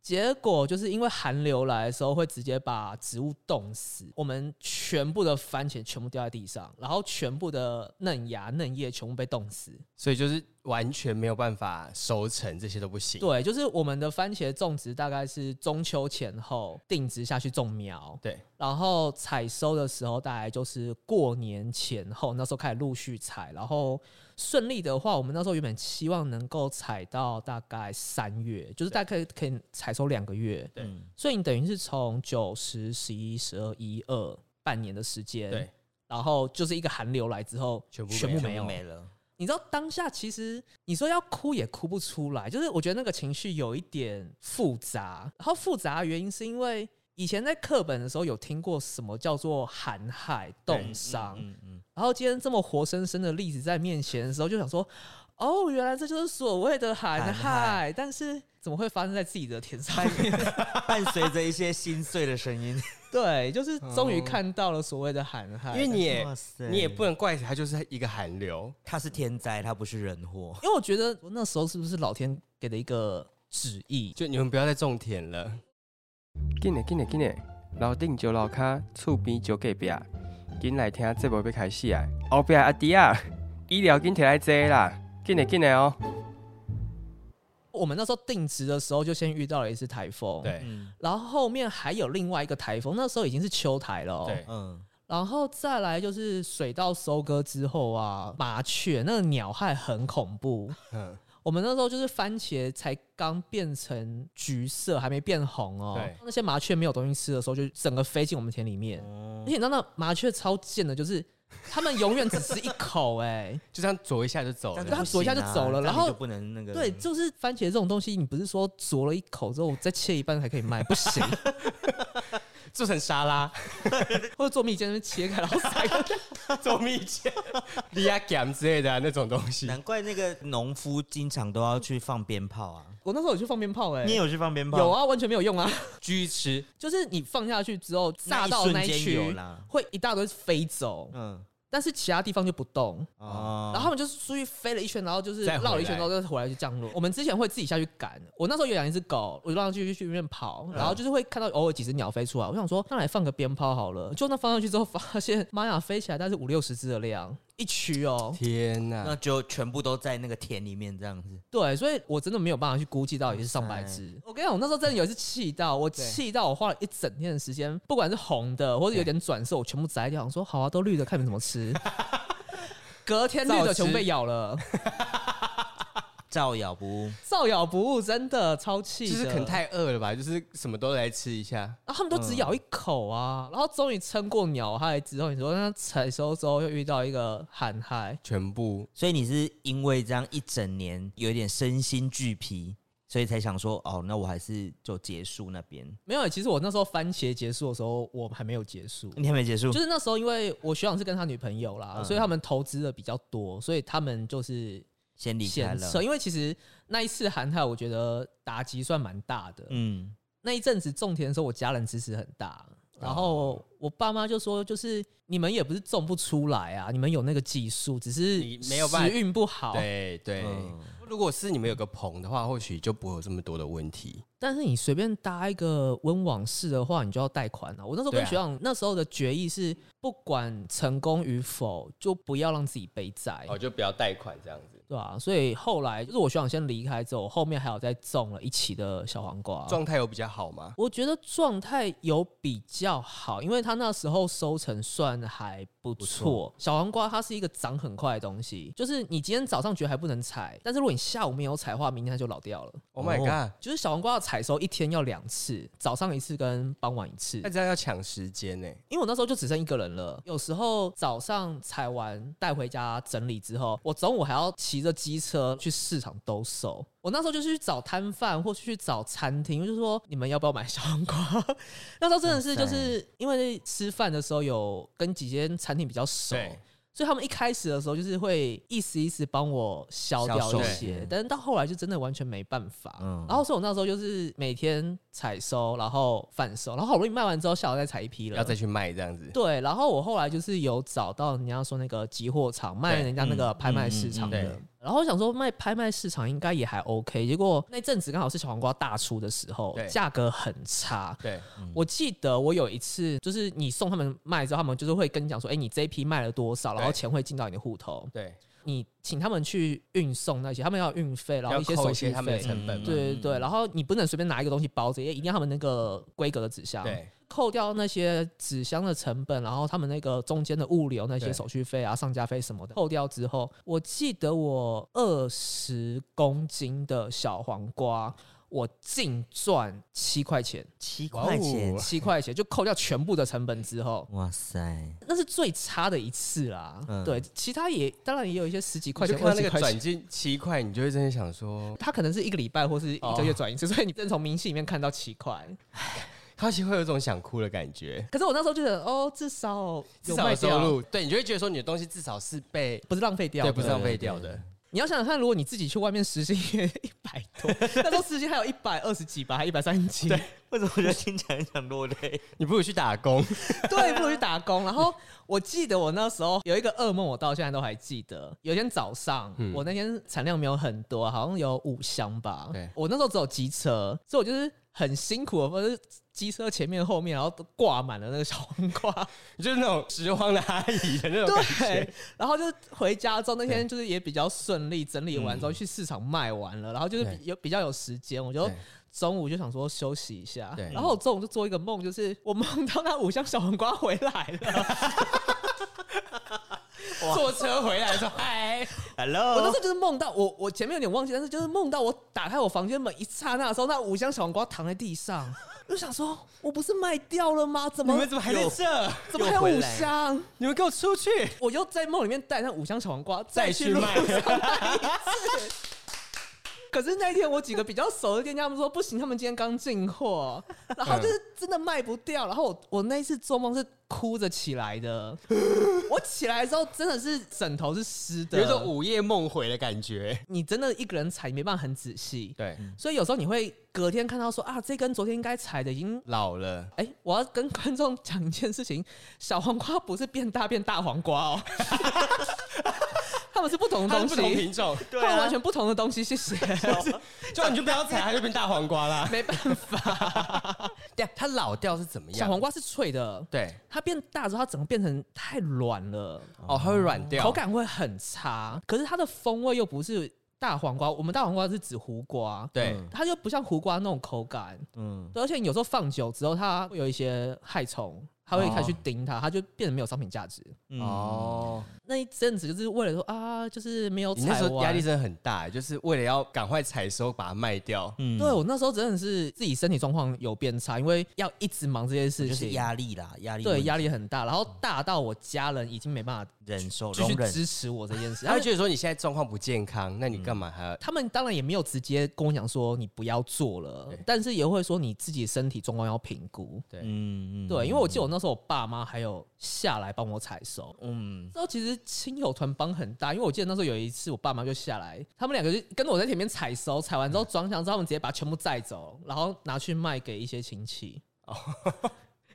[SPEAKER 3] 结果就是因为寒流来的时候会直接把植物冻死，我们全部的番茄全部掉在地上，然后全部的嫩芽嫩叶全部被冻死。
[SPEAKER 2] 所以就是完全没有办法收成，这些都不行。
[SPEAKER 3] 对，就是我们的番茄种植大概是中秋前后定植下去种苗，
[SPEAKER 2] 对，
[SPEAKER 3] 然后采收的时候大概就是过年前后，那时候开始陆续采，然后顺利的话，我们那时候原本期望能够采到大概三月，就是大概可以采收两个月，
[SPEAKER 2] 对
[SPEAKER 1] 嗯
[SPEAKER 3] 所以你等于是从九、十、十一、十二、一二半年的时间，
[SPEAKER 2] 对，
[SPEAKER 3] 然后就是一个寒流来之后，
[SPEAKER 2] 全部
[SPEAKER 3] 全部没
[SPEAKER 1] 全
[SPEAKER 3] 有
[SPEAKER 1] 部没了，
[SPEAKER 3] 你知道当下其实你说要哭也哭不出来，就是我觉得那个情绪有一点复杂。然后复杂的原因是因为以前在课本的时候有听过什么叫做寒害冻伤，
[SPEAKER 1] 嗯嗯
[SPEAKER 3] 然后今天这么活生生的例子在面前的时候，就想说，哦，原来这就是所谓的寒
[SPEAKER 1] 寒
[SPEAKER 3] 害，
[SPEAKER 1] 害
[SPEAKER 3] 但是怎么会发生在自己的田上面？
[SPEAKER 1] 嗯， 伴随着一些心碎的声 音，
[SPEAKER 3] 对，就是终于看到了所谓的寒害，
[SPEAKER 2] 因为你也
[SPEAKER 1] 哇塞
[SPEAKER 2] 你也不能怪它，就是一个寒流。
[SPEAKER 1] 它是天灾，它不是人祸。
[SPEAKER 3] 因为我觉得那时候是不是老天给的一个旨意？
[SPEAKER 2] 就你们不要再种田了，
[SPEAKER 4] 紧嘞紧嘞紧嘞，楼顶就楼骹，厝边就隔壁，紧来听节目要开始啊！后壁阿弟啊，医疗紧摕来坐啦，紧嘞紧嘞哦！
[SPEAKER 3] 我们那时候定植的时候就先遇到了一次台风，
[SPEAKER 2] 对
[SPEAKER 1] 嗯
[SPEAKER 3] 然后后面还有另外一个台风，那时候已经是秋台了、哦。
[SPEAKER 2] 对，
[SPEAKER 1] 嗯，
[SPEAKER 3] 然后再来就是水稻收割之后啊，麻雀那个鸟害很恐怖。
[SPEAKER 2] 嗯，
[SPEAKER 3] 我们那时候就是番茄才刚变成橘色，还没变红哦
[SPEAKER 2] 对。
[SPEAKER 3] 那些麻雀没有东西吃的时候，就整个飞进我们田里面。
[SPEAKER 2] 哦
[SPEAKER 3] 而且你知道那麻雀超贱的，就是它们永远只吃一口、 哎，
[SPEAKER 2] 就这样啄一下就走
[SPEAKER 1] 这样
[SPEAKER 2] 了
[SPEAKER 1] 就。
[SPEAKER 3] 它
[SPEAKER 1] 不
[SPEAKER 3] 啄一下
[SPEAKER 1] 行
[SPEAKER 3] 就
[SPEAKER 1] 啊
[SPEAKER 3] 走了
[SPEAKER 1] 这样
[SPEAKER 3] 然
[SPEAKER 1] 你
[SPEAKER 3] 后
[SPEAKER 1] 就不能那个嗯
[SPEAKER 3] 对，就是番茄这种东西，你不是说啄了一口之后再切一半才可以卖，不行，
[SPEAKER 2] 做成沙拉，
[SPEAKER 3] 或者做蜜饯在那边切开然 后塞进去。
[SPEAKER 2] 做蜜饯、 利亚甘之类的啊、那种东西。
[SPEAKER 1] 难怪那个农夫经常都要去放鞭炮啊！
[SPEAKER 3] 我那时候有去放鞭炮哎、
[SPEAKER 1] 你也有去放鞭炮？
[SPEAKER 3] 有，啊，完全没有用啊，
[SPEAKER 2] 居吃，
[SPEAKER 3] 就是你放下去之后，
[SPEAKER 1] 那
[SPEAKER 3] 炸
[SPEAKER 1] 一
[SPEAKER 3] 到
[SPEAKER 1] 瞬
[SPEAKER 3] 那一
[SPEAKER 1] 间有
[SPEAKER 3] 区
[SPEAKER 1] 啦。
[SPEAKER 3] 会一大堆飞走，
[SPEAKER 1] 嗯，
[SPEAKER 3] 但是其他地方就不动。
[SPEAKER 1] 哦，
[SPEAKER 3] 然后他们就是出去飞了一圈，然后就是
[SPEAKER 2] 再回
[SPEAKER 3] 绕了一圈，
[SPEAKER 2] 来
[SPEAKER 3] 然后再回来就降落。我们之前会自己下去赶，我那时候有养一只狗，我就让它去去里面跑，
[SPEAKER 1] 嗯
[SPEAKER 3] 然后就是会看到偶尔几只鸟飞出来，我想说那来放个鞭炮好了。就那放上去之后，发现妈呀，飞起来大概是五六十只的量，一区哦。
[SPEAKER 2] 天哪、
[SPEAKER 1] 那就全部都在那个田里面这样子。
[SPEAKER 3] 对，所以我真的没有办法去估计到底是上百只。我跟你讲，我那时候真的有一次气到，我气到我花了一整天的时间，不管是红的或者有点转色，我全部摘掉，我说好啊，都绿的，看你们怎 么吃。隔天绿的全部被咬了，
[SPEAKER 1] 照咬不误，
[SPEAKER 3] 照咬不误，真的超气
[SPEAKER 2] 就
[SPEAKER 3] 的。
[SPEAKER 2] 是可能太饿了吧，就是什么都来吃一下。
[SPEAKER 3] 然后他们都
[SPEAKER 2] 嗯
[SPEAKER 3] 只咬一口啊，然后终于撑过鸟害之后，你说那采收之后又遇到一个旱害，
[SPEAKER 2] 全部
[SPEAKER 1] 所以你是因为这样一整年有一点身心俱疲，所以才想说，哦，那我还是就结束那边。
[SPEAKER 3] 没有。其实我那时候番茄结束的时候，我还没有结束，
[SPEAKER 1] 你还没结束
[SPEAKER 3] 就？是那时候因为我学长是跟他女朋友啦，
[SPEAKER 1] 嗯
[SPEAKER 3] 所以他们投资的比较多，所以他们就是
[SPEAKER 1] 先离开
[SPEAKER 3] 先
[SPEAKER 1] 了
[SPEAKER 3] 撤。。因为其实那一次寒害，我觉得打击算蛮大的。
[SPEAKER 1] 嗯，
[SPEAKER 3] 那一阵子种田的时候，我家人支持很大，然
[SPEAKER 2] 哦
[SPEAKER 3] 后我爸妈就说，就是你们也不是种不出来啊，你们有那个技术，只是
[SPEAKER 2] 你没有办法
[SPEAKER 3] 时运不好。
[SPEAKER 2] 对对、
[SPEAKER 1] 嗯
[SPEAKER 2] 如果是你们有个棚的话，或许就不会有这么多的问题。
[SPEAKER 3] 但是你随便搭一个温网式的话，你就要贷款了。我那时候跟
[SPEAKER 2] 对啊
[SPEAKER 3] 学长、那时候的决议是，不管成功与否，就不要让自己背债。
[SPEAKER 2] 哦，就不要贷款这样子。
[SPEAKER 3] 对啊，所以后来就是我学长先离开之后，我后面还有再种了一期的小黄瓜。
[SPEAKER 2] 状态有比较好吗？
[SPEAKER 3] 我觉得状态有比较好，因为它那时候收成算还不错。小黄瓜它是一个长很快的东西，就是你今天早上觉得还不能采，但是如果你下午没有采的话，明天它就老掉了。
[SPEAKER 2] Oh my god！
[SPEAKER 3] 就是小黄瓜的采收一天要两次，早上一次跟傍晚一次
[SPEAKER 2] 那、。这样要抢时间呢、
[SPEAKER 3] 因为我那时候就只剩一个人了，有时候早上采完带回家整理之后，我中午还要骑着机车去市场兜售。我那时候就去找摊贩或是去找餐厅，我就说你们要不要买小黄瓜？ 那时候真的是就是因为吃饭的时候有跟几间餐厅比较熟。
[SPEAKER 2] 对
[SPEAKER 3] 所以他们一开始的时候就是会一时一时帮我消
[SPEAKER 1] 销
[SPEAKER 3] 掉
[SPEAKER 1] 售
[SPEAKER 3] 一些
[SPEAKER 1] 对，
[SPEAKER 3] 但是到后来就真的完全没办法。
[SPEAKER 1] 嗯
[SPEAKER 3] 然后所以我那时候就是每天采收，然后贩售，然后好不容易卖完之后，下午再采一批了，
[SPEAKER 2] 要再去卖这样子。
[SPEAKER 3] 对，然后我后来就是有找到人家说那个集货场卖
[SPEAKER 2] 对
[SPEAKER 3] 人家那个拍卖市场的，
[SPEAKER 2] 嗯嗯嗯对
[SPEAKER 3] 然后我想说卖拍卖市场应该也还 OK，结果那阵子刚好是小黄瓜大出的时候
[SPEAKER 2] 对，
[SPEAKER 3] 价格很差。
[SPEAKER 2] 对，
[SPEAKER 3] 我记得我有一次就是你送他们卖之后，他们就是会跟你讲说，哎、你这一批卖了多少，然后
[SPEAKER 2] 对
[SPEAKER 3] 钱会进到你的户头。
[SPEAKER 2] 对，
[SPEAKER 3] 你请他们去运送那些，他们要有运费，然后
[SPEAKER 2] 要
[SPEAKER 3] 一些
[SPEAKER 2] 扣
[SPEAKER 3] 手
[SPEAKER 2] 一
[SPEAKER 3] 续
[SPEAKER 2] 些他们的
[SPEAKER 3] 费。
[SPEAKER 2] 成本
[SPEAKER 1] 嗯
[SPEAKER 2] 嘛。
[SPEAKER 3] 对对对，然后你不能随便拿一个东西包着，也一定要他们那个规格的纸箱。
[SPEAKER 2] 对，
[SPEAKER 3] 扣掉那些纸箱的成本，然后他们那个中间的物流那些
[SPEAKER 2] 对
[SPEAKER 3] 手续费啊、上架费什么的，扣掉之后，我记得我二十公斤的小黄瓜，我净赚七块钱，
[SPEAKER 1] 七块钱
[SPEAKER 2] 哇，
[SPEAKER 3] 七块钱就扣掉全部的成本之后。
[SPEAKER 1] 哇塞！
[SPEAKER 3] 那是最差的一次啦，
[SPEAKER 1] 嗯
[SPEAKER 3] 对，其他也当然也有一些十几块
[SPEAKER 2] 你就
[SPEAKER 3] 钱、
[SPEAKER 2] 看
[SPEAKER 3] 二
[SPEAKER 2] 到
[SPEAKER 3] 十
[SPEAKER 2] 那个
[SPEAKER 3] 块
[SPEAKER 2] 转
[SPEAKER 3] 钱，
[SPEAKER 2] 进七块，你就会真的想说，
[SPEAKER 3] 他可能是一个礼拜或是一个月
[SPEAKER 2] 哦
[SPEAKER 3] 转一次，所以你真的从明细里面看到七块。
[SPEAKER 2] 他其实会有一种想哭的感觉。
[SPEAKER 3] 可是我那时候就觉得，哦，至少
[SPEAKER 2] 至
[SPEAKER 3] 有
[SPEAKER 2] 少
[SPEAKER 3] 卖
[SPEAKER 2] 有收
[SPEAKER 3] 掉，
[SPEAKER 2] 入，对你就会觉得说你的东西至少是被
[SPEAKER 3] 不是浪费掉
[SPEAKER 2] 对
[SPEAKER 3] 的，
[SPEAKER 2] 不是浪费掉的。
[SPEAKER 3] 你要想想看，如果你自己去外面时薪也 一百多， 那时候时薪还有一百二十几吧，还一百三十几，对，
[SPEAKER 1] 为什么我觉得听起来很想落泪？
[SPEAKER 2] 你不如去打工，
[SPEAKER 3] 不如去打工。然后我记得我那时候有一个噩梦，我到现在都还记得。有一天早上，
[SPEAKER 2] 嗯
[SPEAKER 3] 我那天产量没有很多，好像有五箱吧
[SPEAKER 2] 对。
[SPEAKER 3] 我那时候只有机车，所以我就是很辛苦的，我是机车前面后面，然后都挂满了那个小黄 瓜。
[SPEAKER 2] 你就是那种拾荒的阿姨的那种感
[SPEAKER 3] 对
[SPEAKER 2] 觉。，
[SPEAKER 3] 然后就是回家之后那天就是也比较顺利，整理完之后去市场卖完了，然后就
[SPEAKER 2] 嗯
[SPEAKER 3] 是
[SPEAKER 2] 对
[SPEAKER 3] 比有比较有时间，我就
[SPEAKER 2] 对
[SPEAKER 3] 中午就想说休息一下
[SPEAKER 2] 对，
[SPEAKER 3] 然后我中午就做一个梦，就是 我梦到那五箱小黄瓜回来 了，
[SPEAKER 2] 坐车回来说，嗨，哦
[SPEAKER 3] 哎我那时
[SPEAKER 1] Hello，
[SPEAKER 3] 候就是梦到我我前面有点忘记，但是就是梦到我打开我房间门一刹那的时候，那五箱小黄瓜躺在地上， 我就想说我不是卖掉了吗？怎
[SPEAKER 2] 你
[SPEAKER 3] 么
[SPEAKER 2] 们怎么还在
[SPEAKER 1] 有
[SPEAKER 2] 这？
[SPEAKER 3] 怎么还有
[SPEAKER 1] 又回
[SPEAKER 3] 五
[SPEAKER 1] 来
[SPEAKER 3] 箱？
[SPEAKER 2] 你们给我出去！
[SPEAKER 3] 我又在梦里面带上五箱小黄瓜
[SPEAKER 2] 再
[SPEAKER 3] 去
[SPEAKER 2] 去
[SPEAKER 3] 路
[SPEAKER 2] 卖
[SPEAKER 3] 上 卖一次可是那一天我几个比较熟的店家，他们说不行，他们今天刚进 货，然后就是真的卖不掉。然后我我那一次做梦是哭着起 来的，我起来的时候真的是枕头是湿
[SPEAKER 2] 有一种
[SPEAKER 3] 的。
[SPEAKER 2] 午夜梦回的感觉。
[SPEAKER 3] 你真的一个人踩，你没办法很仔细，
[SPEAKER 2] 对，
[SPEAKER 3] 所以有时候你会隔天看到说啊，这根昨天应该踩的已经。
[SPEAKER 2] 老了，
[SPEAKER 3] 哎、我要跟观众讲一件事情：小黄瓜不是变大变大黄瓜哦， 他们是不同的
[SPEAKER 2] 它是
[SPEAKER 3] 东
[SPEAKER 2] 不同
[SPEAKER 3] 西，
[SPEAKER 2] 品种，
[SPEAKER 3] 他
[SPEAKER 1] 对
[SPEAKER 3] 们
[SPEAKER 1] 啊
[SPEAKER 3] 完，全不同的东西。谢谢，
[SPEAKER 2] 就你就不要踩，它就变大黄瓜啦。
[SPEAKER 3] 没办法，
[SPEAKER 2] 对，它老掉是怎么样？
[SPEAKER 3] 小黄瓜是脆的，
[SPEAKER 2] 对，
[SPEAKER 3] 它变大之后，它整个变成太软了，
[SPEAKER 2] 哦，它会软掉，
[SPEAKER 3] 口感会很差。可是它的风味又不是大黄瓜，我们大黄瓜是指胡瓜，
[SPEAKER 2] 对，
[SPEAKER 1] 嗯
[SPEAKER 3] 它就不像胡瓜那种口感。
[SPEAKER 1] 嗯，
[SPEAKER 3] 对，而且你有时候放久之后，它会有一些害虫，它会开始去叮它，它就变得没有商品价值。
[SPEAKER 1] 哦，
[SPEAKER 2] 哦，
[SPEAKER 3] 那一阵子就是为了说啊，就是没有
[SPEAKER 2] 你那
[SPEAKER 3] 踩
[SPEAKER 2] 时候
[SPEAKER 3] 完。
[SPEAKER 2] 压力真的很大，欸就是为了要赶快采收把它卖 掉。
[SPEAKER 1] 嗯
[SPEAKER 3] 对我那时候真的是自己身体状况有变差，因为要一直忙这些事
[SPEAKER 1] 就
[SPEAKER 3] 情
[SPEAKER 1] 是，压力啦，压力
[SPEAKER 3] 对
[SPEAKER 1] 问题
[SPEAKER 3] 压力很大，然后大到我家人已经没办法
[SPEAKER 1] 忍受
[SPEAKER 3] 继
[SPEAKER 1] 容
[SPEAKER 3] 续
[SPEAKER 1] 忍，
[SPEAKER 3] 支持我这件 事，
[SPEAKER 2] 他
[SPEAKER 3] 他
[SPEAKER 2] 会
[SPEAKER 3] 就
[SPEAKER 2] 觉得说你现在状况不健康，那你干嘛还要？
[SPEAKER 3] 他们当然也没有直接跟我讲说你不要做了
[SPEAKER 2] 对，
[SPEAKER 3] 但是也会说你自己身体状况要评估。
[SPEAKER 2] 对
[SPEAKER 1] 嗯嗯
[SPEAKER 3] 对，因为我记得我那时候我爸妈还有下来帮我采收，
[SPEAKER 1] 嗯
[SPEAKER 3] 那时候其实亲友团帮很大，因为我记得那时候有一次我爸妈就下来，他们两个就跟着我在前面采收，采完之后装箱之后，他们直接把它全部载走，然后拿去卖给一些亲戚。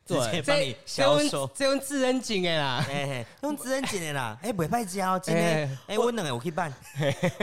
[SPEAKER 1] 直接
[SPEAKER 3] 对，
[SPEAKER 1] 帮你销售，
[SPEAKER 2] 这用自恩景哎啦，
[SPEAKER 1] 哎、 嘿用知恩节的啦，哎、袂歹教，今天
[SPEAKER 2] 哎
[SPEAKER 1] 哎，我冷哎，我可以办，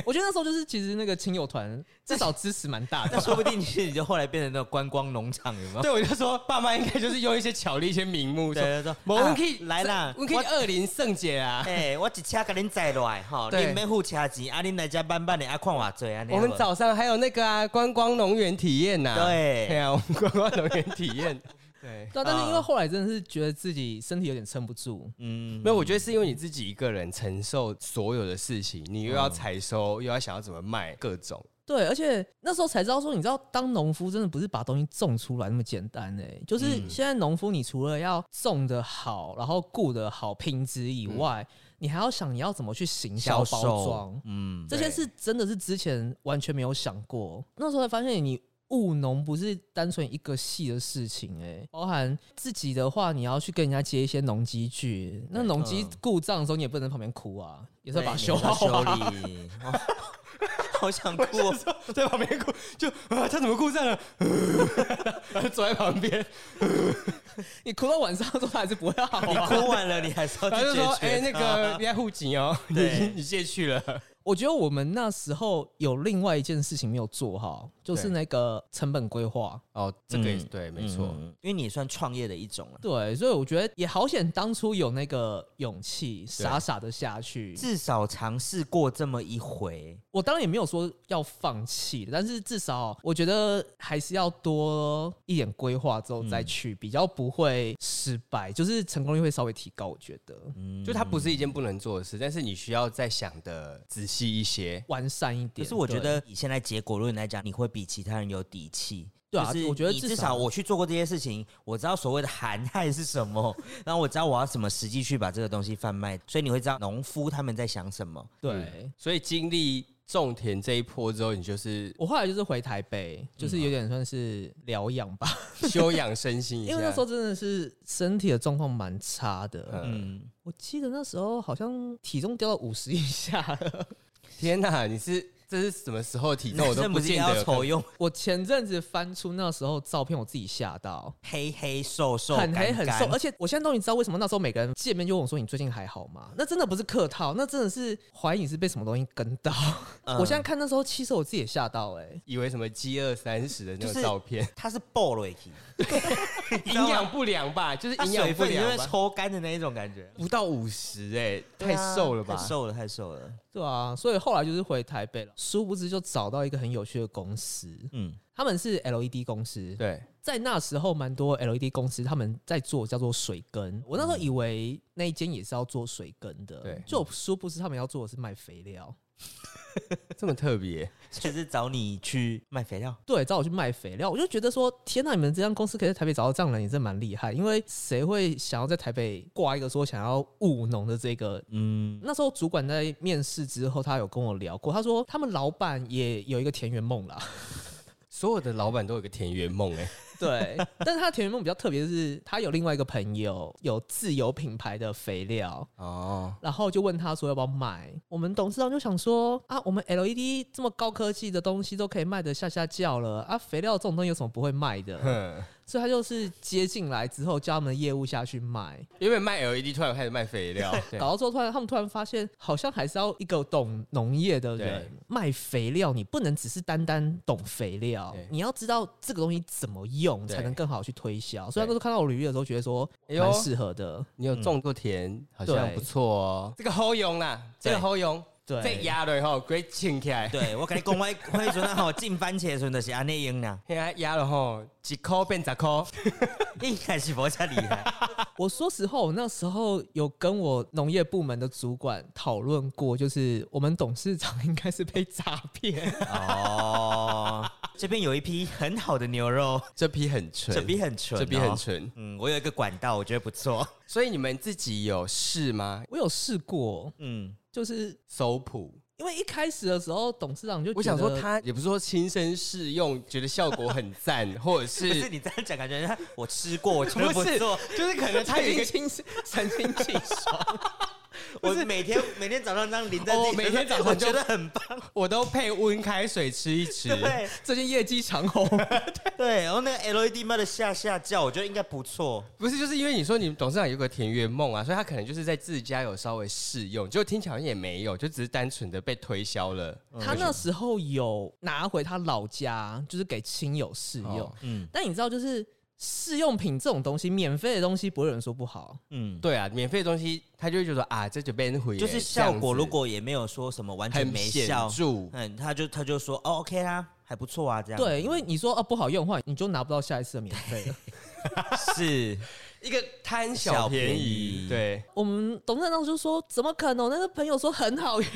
[SPEAKER 3] 我觉得那时候就是其实那个亲友团至少支持蛮大
[SPEAKER 1] 那
[SPEAKER 3] 的。
[SPEAKER 1] 说不定你你就后来变成那种观光农场，有没有？
[SPEAKER 2] 对我就说爸妈应该就是用一些巧立一些名目，说
[SPEAKER 1] 对对对，
[SPEAKER 2] 我
[SPEAKER 1] 啊
[SPEAKER 2] 们可以
[SPEAKER 1] 来啦，
[SPEAKER 2] 我们可以
[SPEAKER 1] 我
[SPEAKER 2] 二零圣姐啊，
[SPEAKER 1] 哎、我一车给恁载落来吼，
[SPEAKER 2] 对
[SPEAKER 1] 恁免付车钱，啊，恁来家办办的，啊，看偌济啊，
[SPEAKER 2] 我们早上还有那个啊观光农园体验呐，
[SPEAKER 1] 对
[SPEAKER 2] 对啊，我们观光农园体 验，对。
[SPEAKER 3] 对啊，但是因为后来真的是觉得自己身体有点撑不住，
[SPEAKER 1] 嗯
[SPEAKER 2] 没有，我觉得是因为你自己一个人承受所有的事情，你又要采收，又要想要怎么卖，各种。
[SPEAKER 3] 对，而且那时候才知道说，你知道当农夫真的不是把东西种出来那么简单哎、就是现在农夫你除了要种的好，然后顾的好品质以外，你还要想你要怎么去行嗯销包装，
[SPEAKER 1] 嗯，
[SPEAKER 3] 这些
[SPEAKER 2] 对
[SPEAKER 3] 是真的是之前完全没有想过。那时候才发现你。务农不是单纯一个系的事情、欸，包含自己的话，你要去跟人家接一些农机具，那农机
[SPEAKER 1] 嗯
[SPEAKER 3] 故障的时候，你也不能在旁边哭啊，也是要把它
[SPEAKER 1] 对
[SPEAKER 3] 修
[SPEAKER 1] 你要
[SPEAKER 3] 好啊、
[SPEAKER 1] 修理，哦 好想哭 哦，
[SPEAKER 2] 在旁边哭，就啊，他怎么故障 了？然后坐在旁边，
[SPEAKER 3] 你哭到晚上之后还是不会 好、啊。
[SPEAKER 2] 哦
[SPEAKER 1] 你哭完了，你还是要
[SPEAKER 2] 然后
[SPEAKER 1] 去解
[SPEAKER 2] 就说：“ 哎
[SPEAKER 1] 决
[SPEAKER 2] 哎、那
[SPEAKER 1] 它
[SPEAKER 2] 个你在护警哦，你
[SPEAKER 1] 对
[SPEAKER 2] 你借去了。
[SPEAKER 3] 我觉得我们那时候有另外一件事情没有做好，就是
[SPEAKER 2] 对
[SPEAKER 3] 那个成本规划。
[SPEAKER 2] 哦，这个也是
[SPEAKER 1] 嗯
[SPEAKER 2] 对，没错，
[SPEAKER 1] 嗯因为你也算创业的一种了。
[SPEAKER 3] 对，所以我觉得也好险，当初有那个勇气，傻傻的下去。
[SPEAKER 1] 至少尝试过这么一回，
[SPEAKER 3] 我当然也没有说要放弃，但是至少我觉得还是要多一点规划之后再
[SPEAKER 1] 嗯
[SPEAKER 3] 去，比较不会失败，就是成功率会稍微提高。我觉得
[SPEAKER 1] 嗯
[SPEAKER 2] 就它不是一件不能做的事，但是你需要再想的仔细一些。
[SPEAKER 3] 完善一
[SPEAKER 1] 可
[SPEAKER 3] 点。
[SPEAKER 1] 是我觉
[SPEAKER 3] 对
[SPEAKER 1] 得以现在结果论来讲，你会比其他人有底气。
[SPEAKER 3] 对啊
[SPEAKER 1] 就是
[SPEAKER 3] 我觉得
[SPEAKER 1] 你
[SPEAKER 3] 至
[SPEAKER 1] 至
[SPEAKER 3] 少
[SPEAKER 1] 少我去做过这些事情，我知道所谓的寒害是什么，然后我知道我要怎么实际去把这个东西贩卖，所以你会知道农夫他们在想什么。
[SPEAKER 3] 对。
[SPEAKER 2] 所以经历种田这一波之后，你 就是
[SPEAKER 3] 我后来就是回台北，
[SPEAKER 1] 嗯
[SPEAKER 3] 就是有点算是疗养吧，
[SPEAKER 2] 休养身心一下。
[SPEAKER 3] 因为那时候真的是身体的状况蛮差的。
[SPEAKER 1] 嗯，
[SPEAKER 3] 我记得那时候好像体重掉到五十以下了。
[SPEAKER 2] 天哪，你是这是什么时候体重？我都
[SPEAKER 1] 这
[SPEAKER 2] 不
[SPEAKER 1] 不是
[SPEAKER 2] 见得
[SPEAKER 1] 要
[SPEAKER 2] 有看
[SPEAKER 1] 丑用
[SPEAKER 3] 我前阵子翻出那时候照片，我自己吓到，
[SPEAKER 1] 黑黑瘦瘦，
[SPEAKER 3] 很黑很
[SPEAKER 1] 干
[SPEAKER 3] 瘦，
[SPEAKER 1] 干
[SPEAKER 3] 而且我现在终于知道为什么那时候每个人见面就问我说你最近还好吗？那真的不是客套，那真的是怀疑你是被什么东西跟到。
[SPEAKER 1] 嗯
[SPEAKER 3] 我现在看那时候，其实我自己也吓到哎、
[SPEAKER 2] 以为什么饥饿三十的那
[SPEAKER 1] 就
[SPEAKER 2] 种
[SPEAKER 1] 是
[SPEAKER 2] 照片，
[SPEAKER 1] 它是暴了一体，
[SPEAKER 2] 营养不良吧，就是
[SPEAKER 1] 它
[SPEAKER 2] 营养
[SPEAKER 1] 水
[SPEAKER 2] 不
[SPEAKER 1] 分就会
[SPEAKER 2] 良吧，
[SPEAKER 1] 抽干的那一种感觉。
[SPEAKER 2] 不到五十哎，太瘦了吧？
[SPEAKER 1] 太瘦了，太瘦了。
[SPEAKER 3] 对啊，所以后来就是回台北了，殊不知就找到一个很有趣的公司，
[SPEAKER 1] 嗯，
[SPEAKER 3] 他们是 LED 公司，
[SPEAKER 2] 对，
[SPEAKER 3] 在那时候蛮多 LED 公司他们在做叫做水根，我那时候以为那一间也是要做水根的，
[SPEAKER 2] 对
[SPEAKER 3] 就殊不知他们要做的是卖肥料，
[SPEAKER 2] 这么特别，
[SPEAKER 1] 就是找你去卖肥料。
[SPEAKER 3] 对，找我去卖肥料，我就觉得说，天呐，你们这家公司可以在台北找到这样的人，也真的蛮厉害，因为谁会想要在台北挂一个说想要务农的这个
[SPEAKER 1] 嗯，
[SPEAKER 3] 那时候主管在面试之后，他有跟我聊过，他说他们老板也有一个田园梦啦，
[SPEAKER 2] 所有的老板都有个田园梦哎，
[SPEAKER 3] 对， 但是他的田园梦比较特别，就是他有另外一个朋友有自有品牌的肥料。
[SPEAKER 2] 哦，
[SPEAKER 3] 然后就问他说要不要买，我们董事长就想说啊，我们 LED 这么高科技的东西都可以卖得下下叫了啊，肥料这种东西有什么不会卖的？
[SPEAKER 2] 哼，
[SPEAKER 3] 所以他就是接进来之后，叫他们的业务下去卖，
[SPEAKER 2] 因为卖 LED 突然开始卖肥料，对
[SPEAKER 3] 搞到之后突然他们突然发现，好像还是要一个懂农业的人
[SPEAKER 2] 对
[SPEAKER 3] 卖肥料，你不能只是单单懂肥料
[SPEAKER 2] 对，
[SPEAKER 3] 你要知道这个东西怎么用，
[SPEAKER 2] 对
[SPEAKER 3] 才能更好去推销。所
[SPEAKER 2] 对
[SPEAKER 3] 以那时候看到我履历的时候，觉得说
[SPEAKER 2] 哎呦
[SPEAKER 3] 蛮适合的，
[SPEAKER 2] 你有种过田，嗯好像
[SPEAKER 3] 对
[SPEAKER 2] 不错哦。这个侯勇啦，这个
[SPEAKER 1] 对
[SPEAKER 2] 侯勇，
[SPEAKER 3] 对
[SPEAKER 2] 这鸭了吼，鬼请起来，
[SPEAKER 1] 对我跟你讲，我我那时候吼 进番茄的时候就是安尼用啦，
[SPEAKER 2] 现在鸭了吼，一颗变十 颗，
[SPEAKER 1] 应该是无遮厉害。
[SPEAKER 3] 我说实话，我那时候有跟我农业部门的主管讨论过，就是我们董事长 应该是被诈骗，
[SPEAKER 1] 哦，这边有一批很好的牛肉，
[SPEAKER 2] 这批很纯，哦
[SPEAKER 1] 这批很纯、
[SPEAKER 2] 这批很。纯。
[SPEAKER 1] 嗯，我有一个管道，我觉得不错。
[SPEAKER 2] 所以你们自己有试吗？
[SPEAKER 3] 我有试过，
[SPEAKER 1] 嗯，
[SPEAKER 3] 就是
[SPEAKER 2] 搜谱，
[SPEAKER 3] 因为一开始的时候，董事长就
[SPEAKER 2] 我想
[SPEAKER 3] 觉
[SPEAKER 2] 说
[SPEAKER 3] 得
[SPEAKER 2] 他也不是说亲身试用，觉得效果很 赞，或
[SPEAKER 1] 不
[SPEAKER 2] 者
[SPEAKER 1] 是
[SPEAKER 2] 是
[SPEAKER 1] 你这样讲，感觉我吃过，我觉得不
[SPEAKER 2] 不是
[SPEAKER 1] 错。
[SPEAKER 2] 就是可能他有一个
[SPEAKER 3] 清醒 神清气爽。
[SPEAKER 1] 我每天每天早上这样淋在
[SPEAKER 2] 哦
[SPEAKER 1] 自己身上，
[SPEAKER 2] 每天早上
[SPEAKER 1] 我
[SPEAKER 2] 就
[SPEAKER 1] 觉得很棒。
[SPEAKER 2] 我都配温开水吃一 吃。
[SPEAKER 1] 对
[SPEAKER 3] 最近业绩长虹，
[SPEAKER 1] 对，然后那个 LED 卖的下下叫，我觉得应该不错。
[SPEAKER 2] 不是，就是因为你说你们董事长有个田园梦啊，所以他可能就是在自家有稍微试用，就听起来好像也没有，就只是单纯的被推销了。
[SPEAKER 3] 他那时候有拿回他老家，就是给亲友试用。
[SPEAKER 2] 哦
[SPEAKER 1] 嗯
[SPEAKER 3] 但你知道，就是试用品这种东西，免费的东西不会有人说不好。
[SPEAKER 1] 嗯，
[SPEAKER 2] 对啊，免费的东西他就会觉得说啊，这就变回
[SPEAKER 1] 就是效果如果也没有说什么完全
[SPEAKER 2] 很
[SPEAKER 1] 没
[SPEAKER 2] 显
[SPEAKER 1] 效，
[SPEAKER 2] 著，
[SPEAKER 1] 嗯，他就他就说哦 OK 啦，还不错啊，这样
[SPEAKER 3] 对，因为你说啊不好用的话，你就拿不到下一次的免费了。
[SPEAKER 1] 是
[SPEAKER 2] 一个贪
[SPEAKER 1] 小
[SPEAKER 2] 小便
[SPEAKER 1] 便
[SPEAKER 2] 宜
[SPEAKER 1] 宜，
[SPEAKER 2] 对，
[SPEAKER 3] 我们董事长当时就说：“怎么可能？那个朋友说很好 用，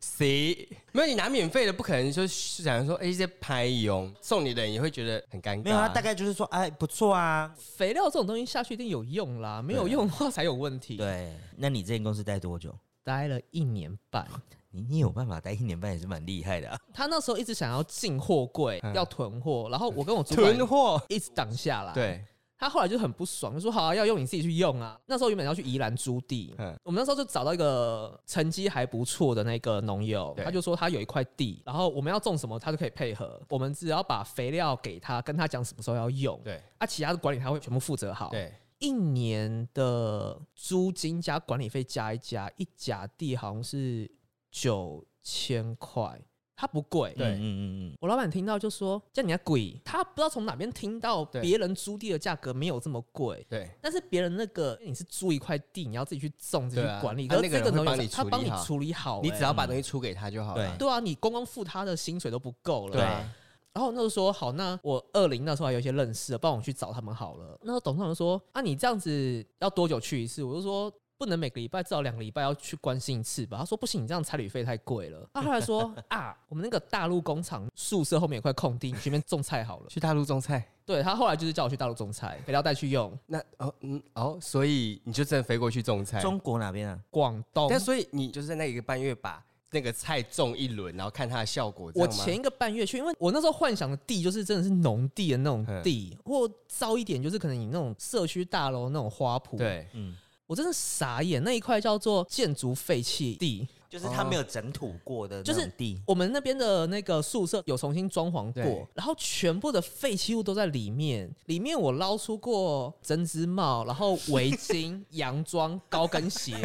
[SPEAKER 2] 谁没有你拿免费的，不可能就是想说哎这些拍用送你的人也会觉得很尴尬。
[SPEAKER 1] 没有他大概就是说哎不错啊，
[SPEAKER 3] 肥料这种东西下去一定有用啦，没有用的话才有问 题。”，
[SPEAKER 1] 对，那你这间公司待多久？
[SPEAKER 3] 待了一年半。
[SPEAKER 1] 你你有办法待一年半也是蛮厉害的、啊，
[SPEAKER 3] 他那时候一直想要进货柜，
[SPEAKER 2] 嗯
[SPEAKER 3] 要囤货，然后我跟我主 管
[SPEAKER 2] 囤 货，
[SPEAKER 3] 一直挡下来。，
[SPEAKER 2] 对，
[SPEAKER 3] 他后来就很不爽，就说：“好、啊，要用你自己去用啊。”那时候原本要去宜兰租地，
[SPEAKER 2] 嗯
[SPEAKER 3] 我们那时候就找到一个成绩还不错的那个农友，
[SPEAKER 2] 对
[SPEAKER 3] 他就说他有一块地，然后我们要种什么，他就可以配合，我们只要把肥料给他，跟他讲什么时候要用，
[SPEAKER 2] 对
[SPEAKER 3] 啊，其他的管理他会全部负责好。，
[SPEAKER 2] 对，
[SPEAKER 3] 一年的租金加管理费加一加，一甲地好像是九千块，它不贵。
[SPEAKER 1] 嗯嗯嗯
[SPEAKER 3] 我老板听到就说：“叫你家鬼！”他不知道从哪边听到
[SPEAKER 2] 对
[SPEAKER 3] 别人租地的价格没有这么贵，
[SPEAKER 2] 对，
[SPEAKER 3] 但是别人那个你是租一块地，你要自己去种、自己
[SPEAKER 2] 对
[SPEAKER 3] 去
[SPEAKER 2] 啊
[SPEAKER 3] 管理，
[SPEAKER 2] 他
[SPEAKER 3] 可是
[SPEAKER 2] 那个
[SPEAKER 3] 这个
[SPEAKER 2] 人会
[SPEAKER 3] 农
[SPEAKER 2] 帮
[SPEAKER 3] 友
[SPEAKER 2] 你
[SPEAKER 3] 他
[SPEAKER 2] 处
[SPEAKER 3] 帮
[SPEAKER 2] 理
[SPEAKER 3] 你
[SPEAKER 2] 好
[SPEAKER 3] 处理好，
[SPEAKER 2] 你
[SPEAKER 3] 欸
[SPEAKER 2] 只要把东西出给他就好了。
[SPEAKER 3] 对啊，你光光付他的薪水都不够了。啊
[SPEAKER 1] 对
[SPEAKER 3] 然后我那时候说好，那我二零那时候还有一些认识的，帮我去找他们好了。那时候董事长就说啊，你这样子要多久去一次？我就说不能每个礼拜，至少两个礼拜要去关心一次吧。他说不行，你这样差旅费太贵了。他后来说啊，我们那个大陆工厂宿舍后面有块空地，你去那边种 菜好了。
[SPEAKER 2] 去大陆种菜。
[SPEAKER 3] 对他后来就是叫我去大陆种菜，肥料带去用。
[SPEAKER 2] 那哦嗯哦，所以你就真的飞过去种菜
[SPEAKER 1] 嗯，。中国哪边啊？
[SPEAKER 3] 广东，
[SPEAKER 2] 但所以你就是在那一个半月把那个菜种一轮，然后看它的效果。
[SPEAKER 3] 我
[SPEAKER 2] 这样吗
[SPEAKER 3] 前一个半月去，因为我那时候幻想的地就是真的是农地的那种
[SPEAKER 2] 嗯
[SPEAKER 3] 地，或糟一点就是可能你那种社区大楼那种花圃。，啊
[SPEAKER 2] 对
[SPEAKER 1] 嗯，
[SPEAKER 3] 我真的傻眼，那一块叫做建筑废弃地，
[SPEAKER 1] 就是他没有整土过的那
[SPEAKER 3] 就是
[SPEAKER 1] 种地，
[SPEAKER 3] 我们那边的那个宿舍有重新装潢过
[SPEAKER 2] 对，
[SPEAKER 3] 然后全部的废弃物都在里面。里面我捞出过针织帽，然后围巾、 洋装、高跟鞋。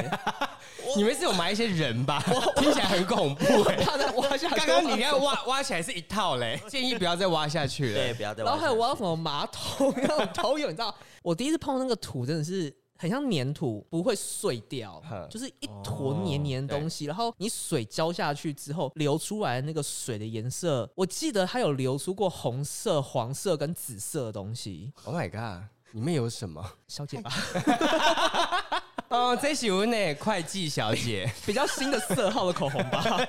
[SPEAKER 2] 你们是有埋一些人吧？听起来很恐怖哎、
[SPEAKER 3] 怕的挖下去
[SPEAKER 2] 刚刚你要挖挖起来是一套 嘞，建议不要再挖下去了。
[SPEAKER 1] 对，，不要再
[SPEAKER 3] 然后
[SPEAKER 1] 往下。
[SPEAKER 3] 还有挖到什么马桶那种头油，你知道，我第一次碰到那个土真的是很像粘土，不会碎 掉
[SPEAKER 2] 哼，
[SPEAKER 3] 就是一坨黏黏的东西。然后你水浇下去之后，流出来那个水的颜色，我记得它有流出过红色、黄色跟紫色的东西。哎
[SPEAKER 2] Oh my god！里面有什么？
[SPEAKER 3] 小姐吧，
[SPEAKER 2] 哦，这喜欢呢，会计小姐。
[SPEAKER 3] 比较新的色号的口红 吧。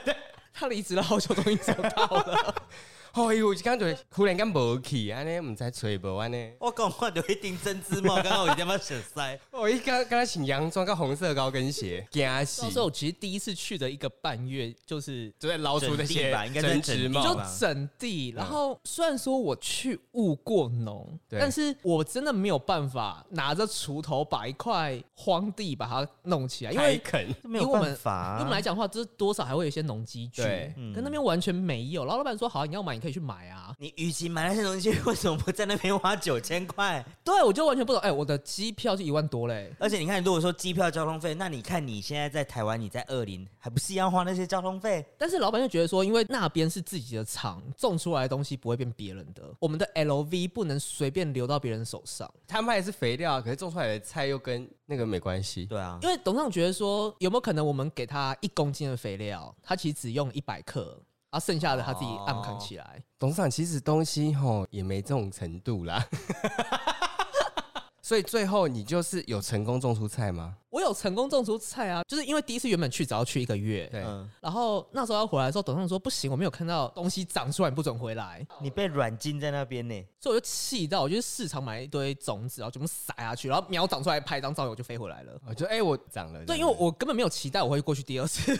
[SPEAKER 3] 他离职了好久，终于找到 了。
[SPEAKER 2] 哦呦，我刚才忽然间无去，安尼唔知吹无安尼。
[SPEAKER 1] 我讲话就会定针织 帽，刚刚我一定要选塞。
[SPEAKER 2] 我一哦刚刚才穿洋装跟红色高跟鞋，惊死
[SPEAKER 3] 到！时候啊我其实第一次去的一个半月，就是
[SPEAKER 2] 就在捞出那
[SPEAKER 1] 整地
[SPEAKER 2] 些
[SPEAKER 1] 吧应该在整
[SPEAKER 2] 针织
[SPEAKER 1] 地
[SPEAKER 2] 帽
[SPEAKER 1] 好
[SPEAKER 3] 就
[SPEAKER 2] 吧。
[SPEAKER 1] 吧
[SPEAKER 3] 整地。然后虽然说我去务过农，
[SPEAKER 2] 对
[SPEAKER 3] 但是我真的没有办法拿着锄头把一块荒地把它弄起来，因为
[SPEAKER 2] 开。垦，
[SPEAKER 1] 这没有
[SPEAKER 3] 因为我们
[SPEAKER 1] 办法啊、
[SPEAKER 3] 对我们来讲的话，就是多少还会有一些农机具，
[SPEAKER 2] 对
[SPEAKER 3] 跟那边完全没有。然后老板说：“好，你要买你可以去买啊。
[SPEAKER 1] 你与其买那些东西，为什么不在那边花九千块？”
[SPEAKER 3] 对，我就完全不懂。哎、我的机票就一万多嘞，
[SPEAKER 1] 而且你看，如果说机票、交通费，那你看你现在在台湾，你在二林，还不是一样花那些交通费？
[SPEAKER 3] 但是老板就觉得说，因为那边是自己的厂，种出来的东西不会变别人的，我们的 LV 不能随便流到别人手上。
[SPEAKER 2] 他卖的是肥料，可是种出来的菜又跟那个没关系。
[SPEAKER 1] 对啊，
[SPEAKER 3] 因为董事长觉得说，有没有可能我们给他一公斤的肥料，他其实只用一百克，啊，剩下的他自己暗扛起来。
[SPEAKER 2] 董事长其实东西吼也没这种程度啦。 所以最后你就是有成功种出菜吗？
[SPEAKER 3] 我有成功种出菜啊，就是因为第一次原本去只要去一个月，
[SPEAKER 2] 对
[SPEAKER 1] 嗯，
[SPEAKER 3] 然后那时候要回来的时候，董事长说不行，我没有看到东西长出来，你不准回来，
[SPEAKER 1] 你被软禁在那边呢。
[SPEAKER 3] 所以我就气到，我就去市场买一堆种子，然后全部撒下去，然后苗长出来拍一张照，我就飞回来了。
[SPEAKER 2] 我就哎、我长了。
[SPEAKER 3] 对，因为我根本没有期待我会过去第二次，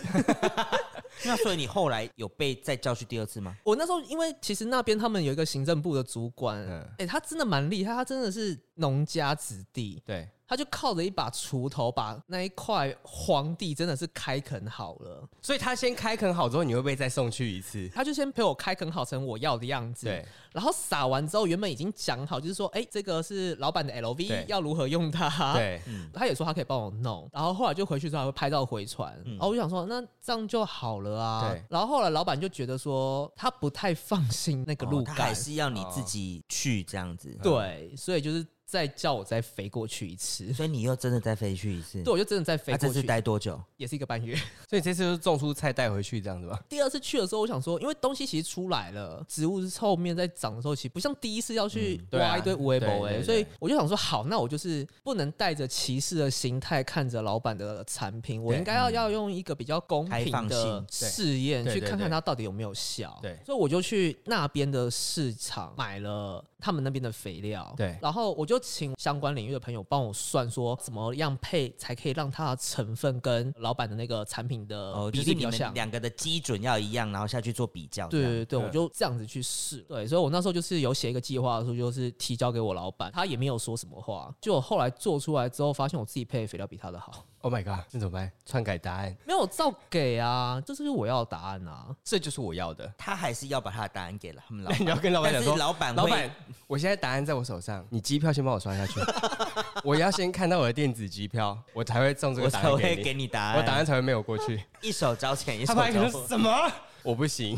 [SPEAKER 1] 那所以你后来有被再叫去第二次吗？
[SPEAKER 3] 我那时候因为其实那边他们有一个行政部的主管，哎、
[SPEAKER 2] 嗯
[SPEAKER 3] 他真的蛮厉害，他真的是农家子弟，
[SPEAKER 2] 对
[SPEAKER 3] 他就靠着一把锄头把那一块荒地真的是开垦好了，
[SPEAKER 2] 所以他先开垦好之后，你会不会再送去一次？
[SPEAKER 3] 他就先陪我开垦好成我要的样子，
[SPEAKER 2] 对，
[SPEAKER 3] 然后撒完之后，原本已经讲好，就是说，哎、这个是老板的
[SPEAKER 2] 对
[SPEAKER 3] LV 要如何用它，。
[SPEAKER 2] 对，
[SPEAKER 3] 他也说他可以帮我弄，然后后来就回去之后还会拍照回传，
[SPEAKER 1] 嗯
[SPEAKER 3] 然后我就想说那这样就好了啊
[SPEAKER 2] 对。
[SPEAKER 3] 然后后来老板就觉得说他不太放心那个
[SPEAKER 1] 哦
[SPEAKER 3] 路
[SPEAKER 1] 他
[SPEAKER 3] 感，
[SPEAKER 1] 还是要你自己去这样子。，
[SPEAKER 3] 对，所以就是再叫我再飞过去一次。
[SPEAKER 1] 所以你又真的再飞去一次。
[SPEAKER 3] 对，，我就真的再飞
[SPEAKER 1] 啊、这
[SPEAKER 3] 过
[SPEAKER 1] 次
[SPEAKER 3] 去，
[SPEAKER 1] 待多久？
[SPEAKER 3] 也是一个半月。
[SPEAKER 2] 所以这次就是种出菜带回去这样子吧。
[SPEAKER 3] 第二次去的时候，我想说，因为东西其实出来了，植物是后面在长的时候，其实不像第一次要去
[SPEAKER 2] 对啊
[SPEAKER 3] 挖一堆无为
[SPEAKER 2] 对对
[SPEAKER 3] 博哎，
[SPEAKER 2] 对
[SPEAKER 3] 所以我就想说，好，那我就是不能带着歧视的心态看着老板的产品，我
[SPEAKER 2] 对嗯
[SPEAKER 3] 应该要要用一个比较公
[SPEAKER 1] 开
[SPEAKER 3] 平
[SPEAKER 1] 放
[SPEAKER 3] 的
[SPEAKER 1] 性
[SPEAKER 2] 对
[SPEAKER 3] 试验
[SPEAKER 2] 对
[SPEAKER 3] 去
[SPEAKER 2] 对
[SPEAKER 3] 看看
[SPEAKER 2] 对
[SPEAKER 3] 它到底有没有效。
[SPEAKER 2] 对
[SPEAKER 3] 所以我就去那边的市场买了他们那边的肥料，
[SPEAKER 2] 对
[SPEAKER 3] 然后我就请相关领域的朋友帮我算说怎么样配才可以让它的成分跟老板的那个产品的
[SPEAKER 1] 哦，
[SPEAKER 3] 呃比
[SPEAKER 1] 就是
[SPEAKER 3] 例
[SPEAKER 1] 你
[SPEAKER 3] 比较
[SPEAKER 1] 们
[SPEAKER 3] 像。
[SPEAKER 1] 两个的基准要一样，然后下去做比较。
[SPEAKER 3] 对
[SPEAKER 1] 这样，
[SPEAKER 3] 对对，我
[SPEAKER 2] 嗯
[SPEAKER 3] 就这样子去试。对，所以我那时候就是有写一个计划的时候，就是提交给我老板，他也没有说什么话。就我后来做出来之后，发现我自己配的肥料比他的好，
[SPEAKER 2] Oh my god，那怎么办？篡改答案，
[SPEAKER 3] 没有我照给啊，这就是我要的答案啊。
[SPEAKER 2] 这就是我要的。
[SPEAKER 1] 他还是要把他的答案给了他们老
[SPEAKER 2] 那你
[SPEAKER 1] 板。
[SPEAKER 2] 要跟老板
[SPEAKER 1] 但
[SPEAKER 2] 讲
[SPEAKER 1] 是
[SPEAKER 2] 说，
[SPEAKER 1] 老板会，
[SPEAKER 2] 老板，我现在答案在我手上，你机票先帮我刷下去， 我要先看到我的电子机票，我才会送这
[SPEAKER 1] 我
[SPEAKER 2] 个答
[SPEAKER 1] 才
[SPEAKER 2] 案
[SPEAKER 1] 会
[SPEAKER 2] 给
[SPEAKER 1] 给
[SPEAKER 2] 你，
[SPEAKER 1] 你答案。
[SPEAKER 2] 我答案才会没有过去。
[SPEAKER 1] 一手交钱，一手
[SPEAKER 2] 他拍可
[SPEAKER 1] 交
[SPEAKER 2] 能
[SPEAKER 1] 货，
[SPEAKER 2] 什么？ 我不行，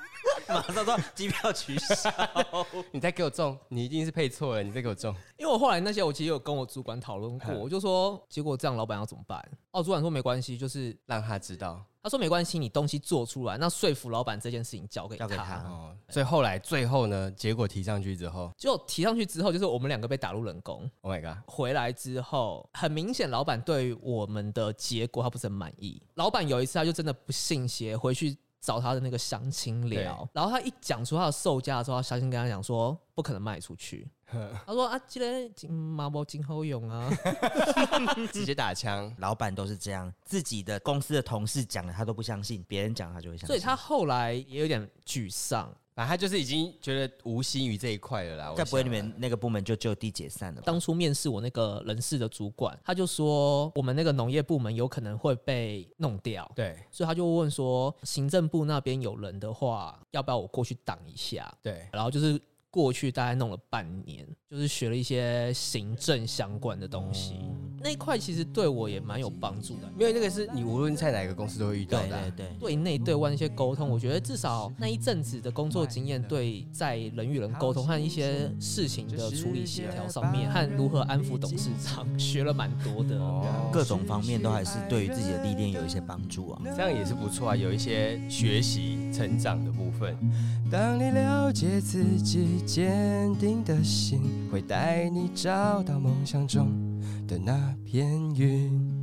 [SPEAKER 1] 马上说机票取消。
[SPEAKER 2] 你再给我中，你一定是配错了，你再给我中。
[SPEAKER 3] 因为我后来那些我其实有跟我主管讨论过，
[SPEAKER 2] 嗯
[SPEAKER 3] 我就说结果这样老板要怎么办？哦，主管说没关系，就是
[SPEAKER 2] 让他知道
[SPEAKER 3] 他说没关系，你东西做出来，那说服老板这件事情交给
[SPEAKER 1] 交给
[SPEAKER 3] 他
[SPEAKER 1] 他。
[SPEAKER 2] 哦。所以后来最后呢，结果提上去之后
[SPEAKER 3] 就提上去之后，就是我们两个被打入冷宫。
[SPEAKER 2] ，Oh my god，
[SPEAKER 3] 回来之后，很明显，老板对于我们的结果他不是很满意。老板有一次他就真的不信邪，回去找他的那个相亲聊，然后他一讲出他的售价的时候，他相亲跟他讲说不可能卖出去。他说啊，这个金麻包金后勇啊，
[SPEAKER 2] 直接打枪。
[SPEAKER 1] 老板都是这样，自己的公司的同事讲了他都不相信，别人讲他就会相信。
[SPEAKER 3] 所以他后来也有点沮丧。
[SPEAKER 2] 反正他就是已经觉得无心于这一块了啦。
[SPEAKER 1] 该不会
[SPEAKER 2] 我
[SPEAKER 1] 你
[SPEAKER 2] 想啊
[SPEAKER 1] 们那个部门就就地解散了吧？
[SPEAKER 3] 当初面试我那个人事的主管，他就说我们那个农业部门有可能会被弄掉，
[SPEAKER 2] 对
[SPEAKER 3] 所以他就问说，行政部那边有人的话，要不要我过去挡一下？
[SPEAKER 2] 对，
[SPEAKER 3] 然后就是过去大概弄了半年，就是学了一些行政相关的东西，那一块其实对我也蛮有帮助的。
[SPEAKER 2] 因为那个是你无论在哪个公司都会遇到
[SPEAKER 1] 对
[SPEAKER 2] 的啊、
[SPEAKER 1] 对对，
[SPEAKER 3] 对内对外那些沟通，我觉得至少那一阵子的工作经验，对在人与人沟通和一些事情的处理协调上面，和如何安抚董事长， 学了蛮多的。
[SPEAKER 2] 哦，
[SPEAKER 1] 各种方面都还是对于自己的历练有一些帮助啊。
[SPEAKER 2] 这样也是不错啊，有一些学习成长的部分。
[SPEAKER 4] 当你了解自己，坚定的心会带你找到梦想中的那片云。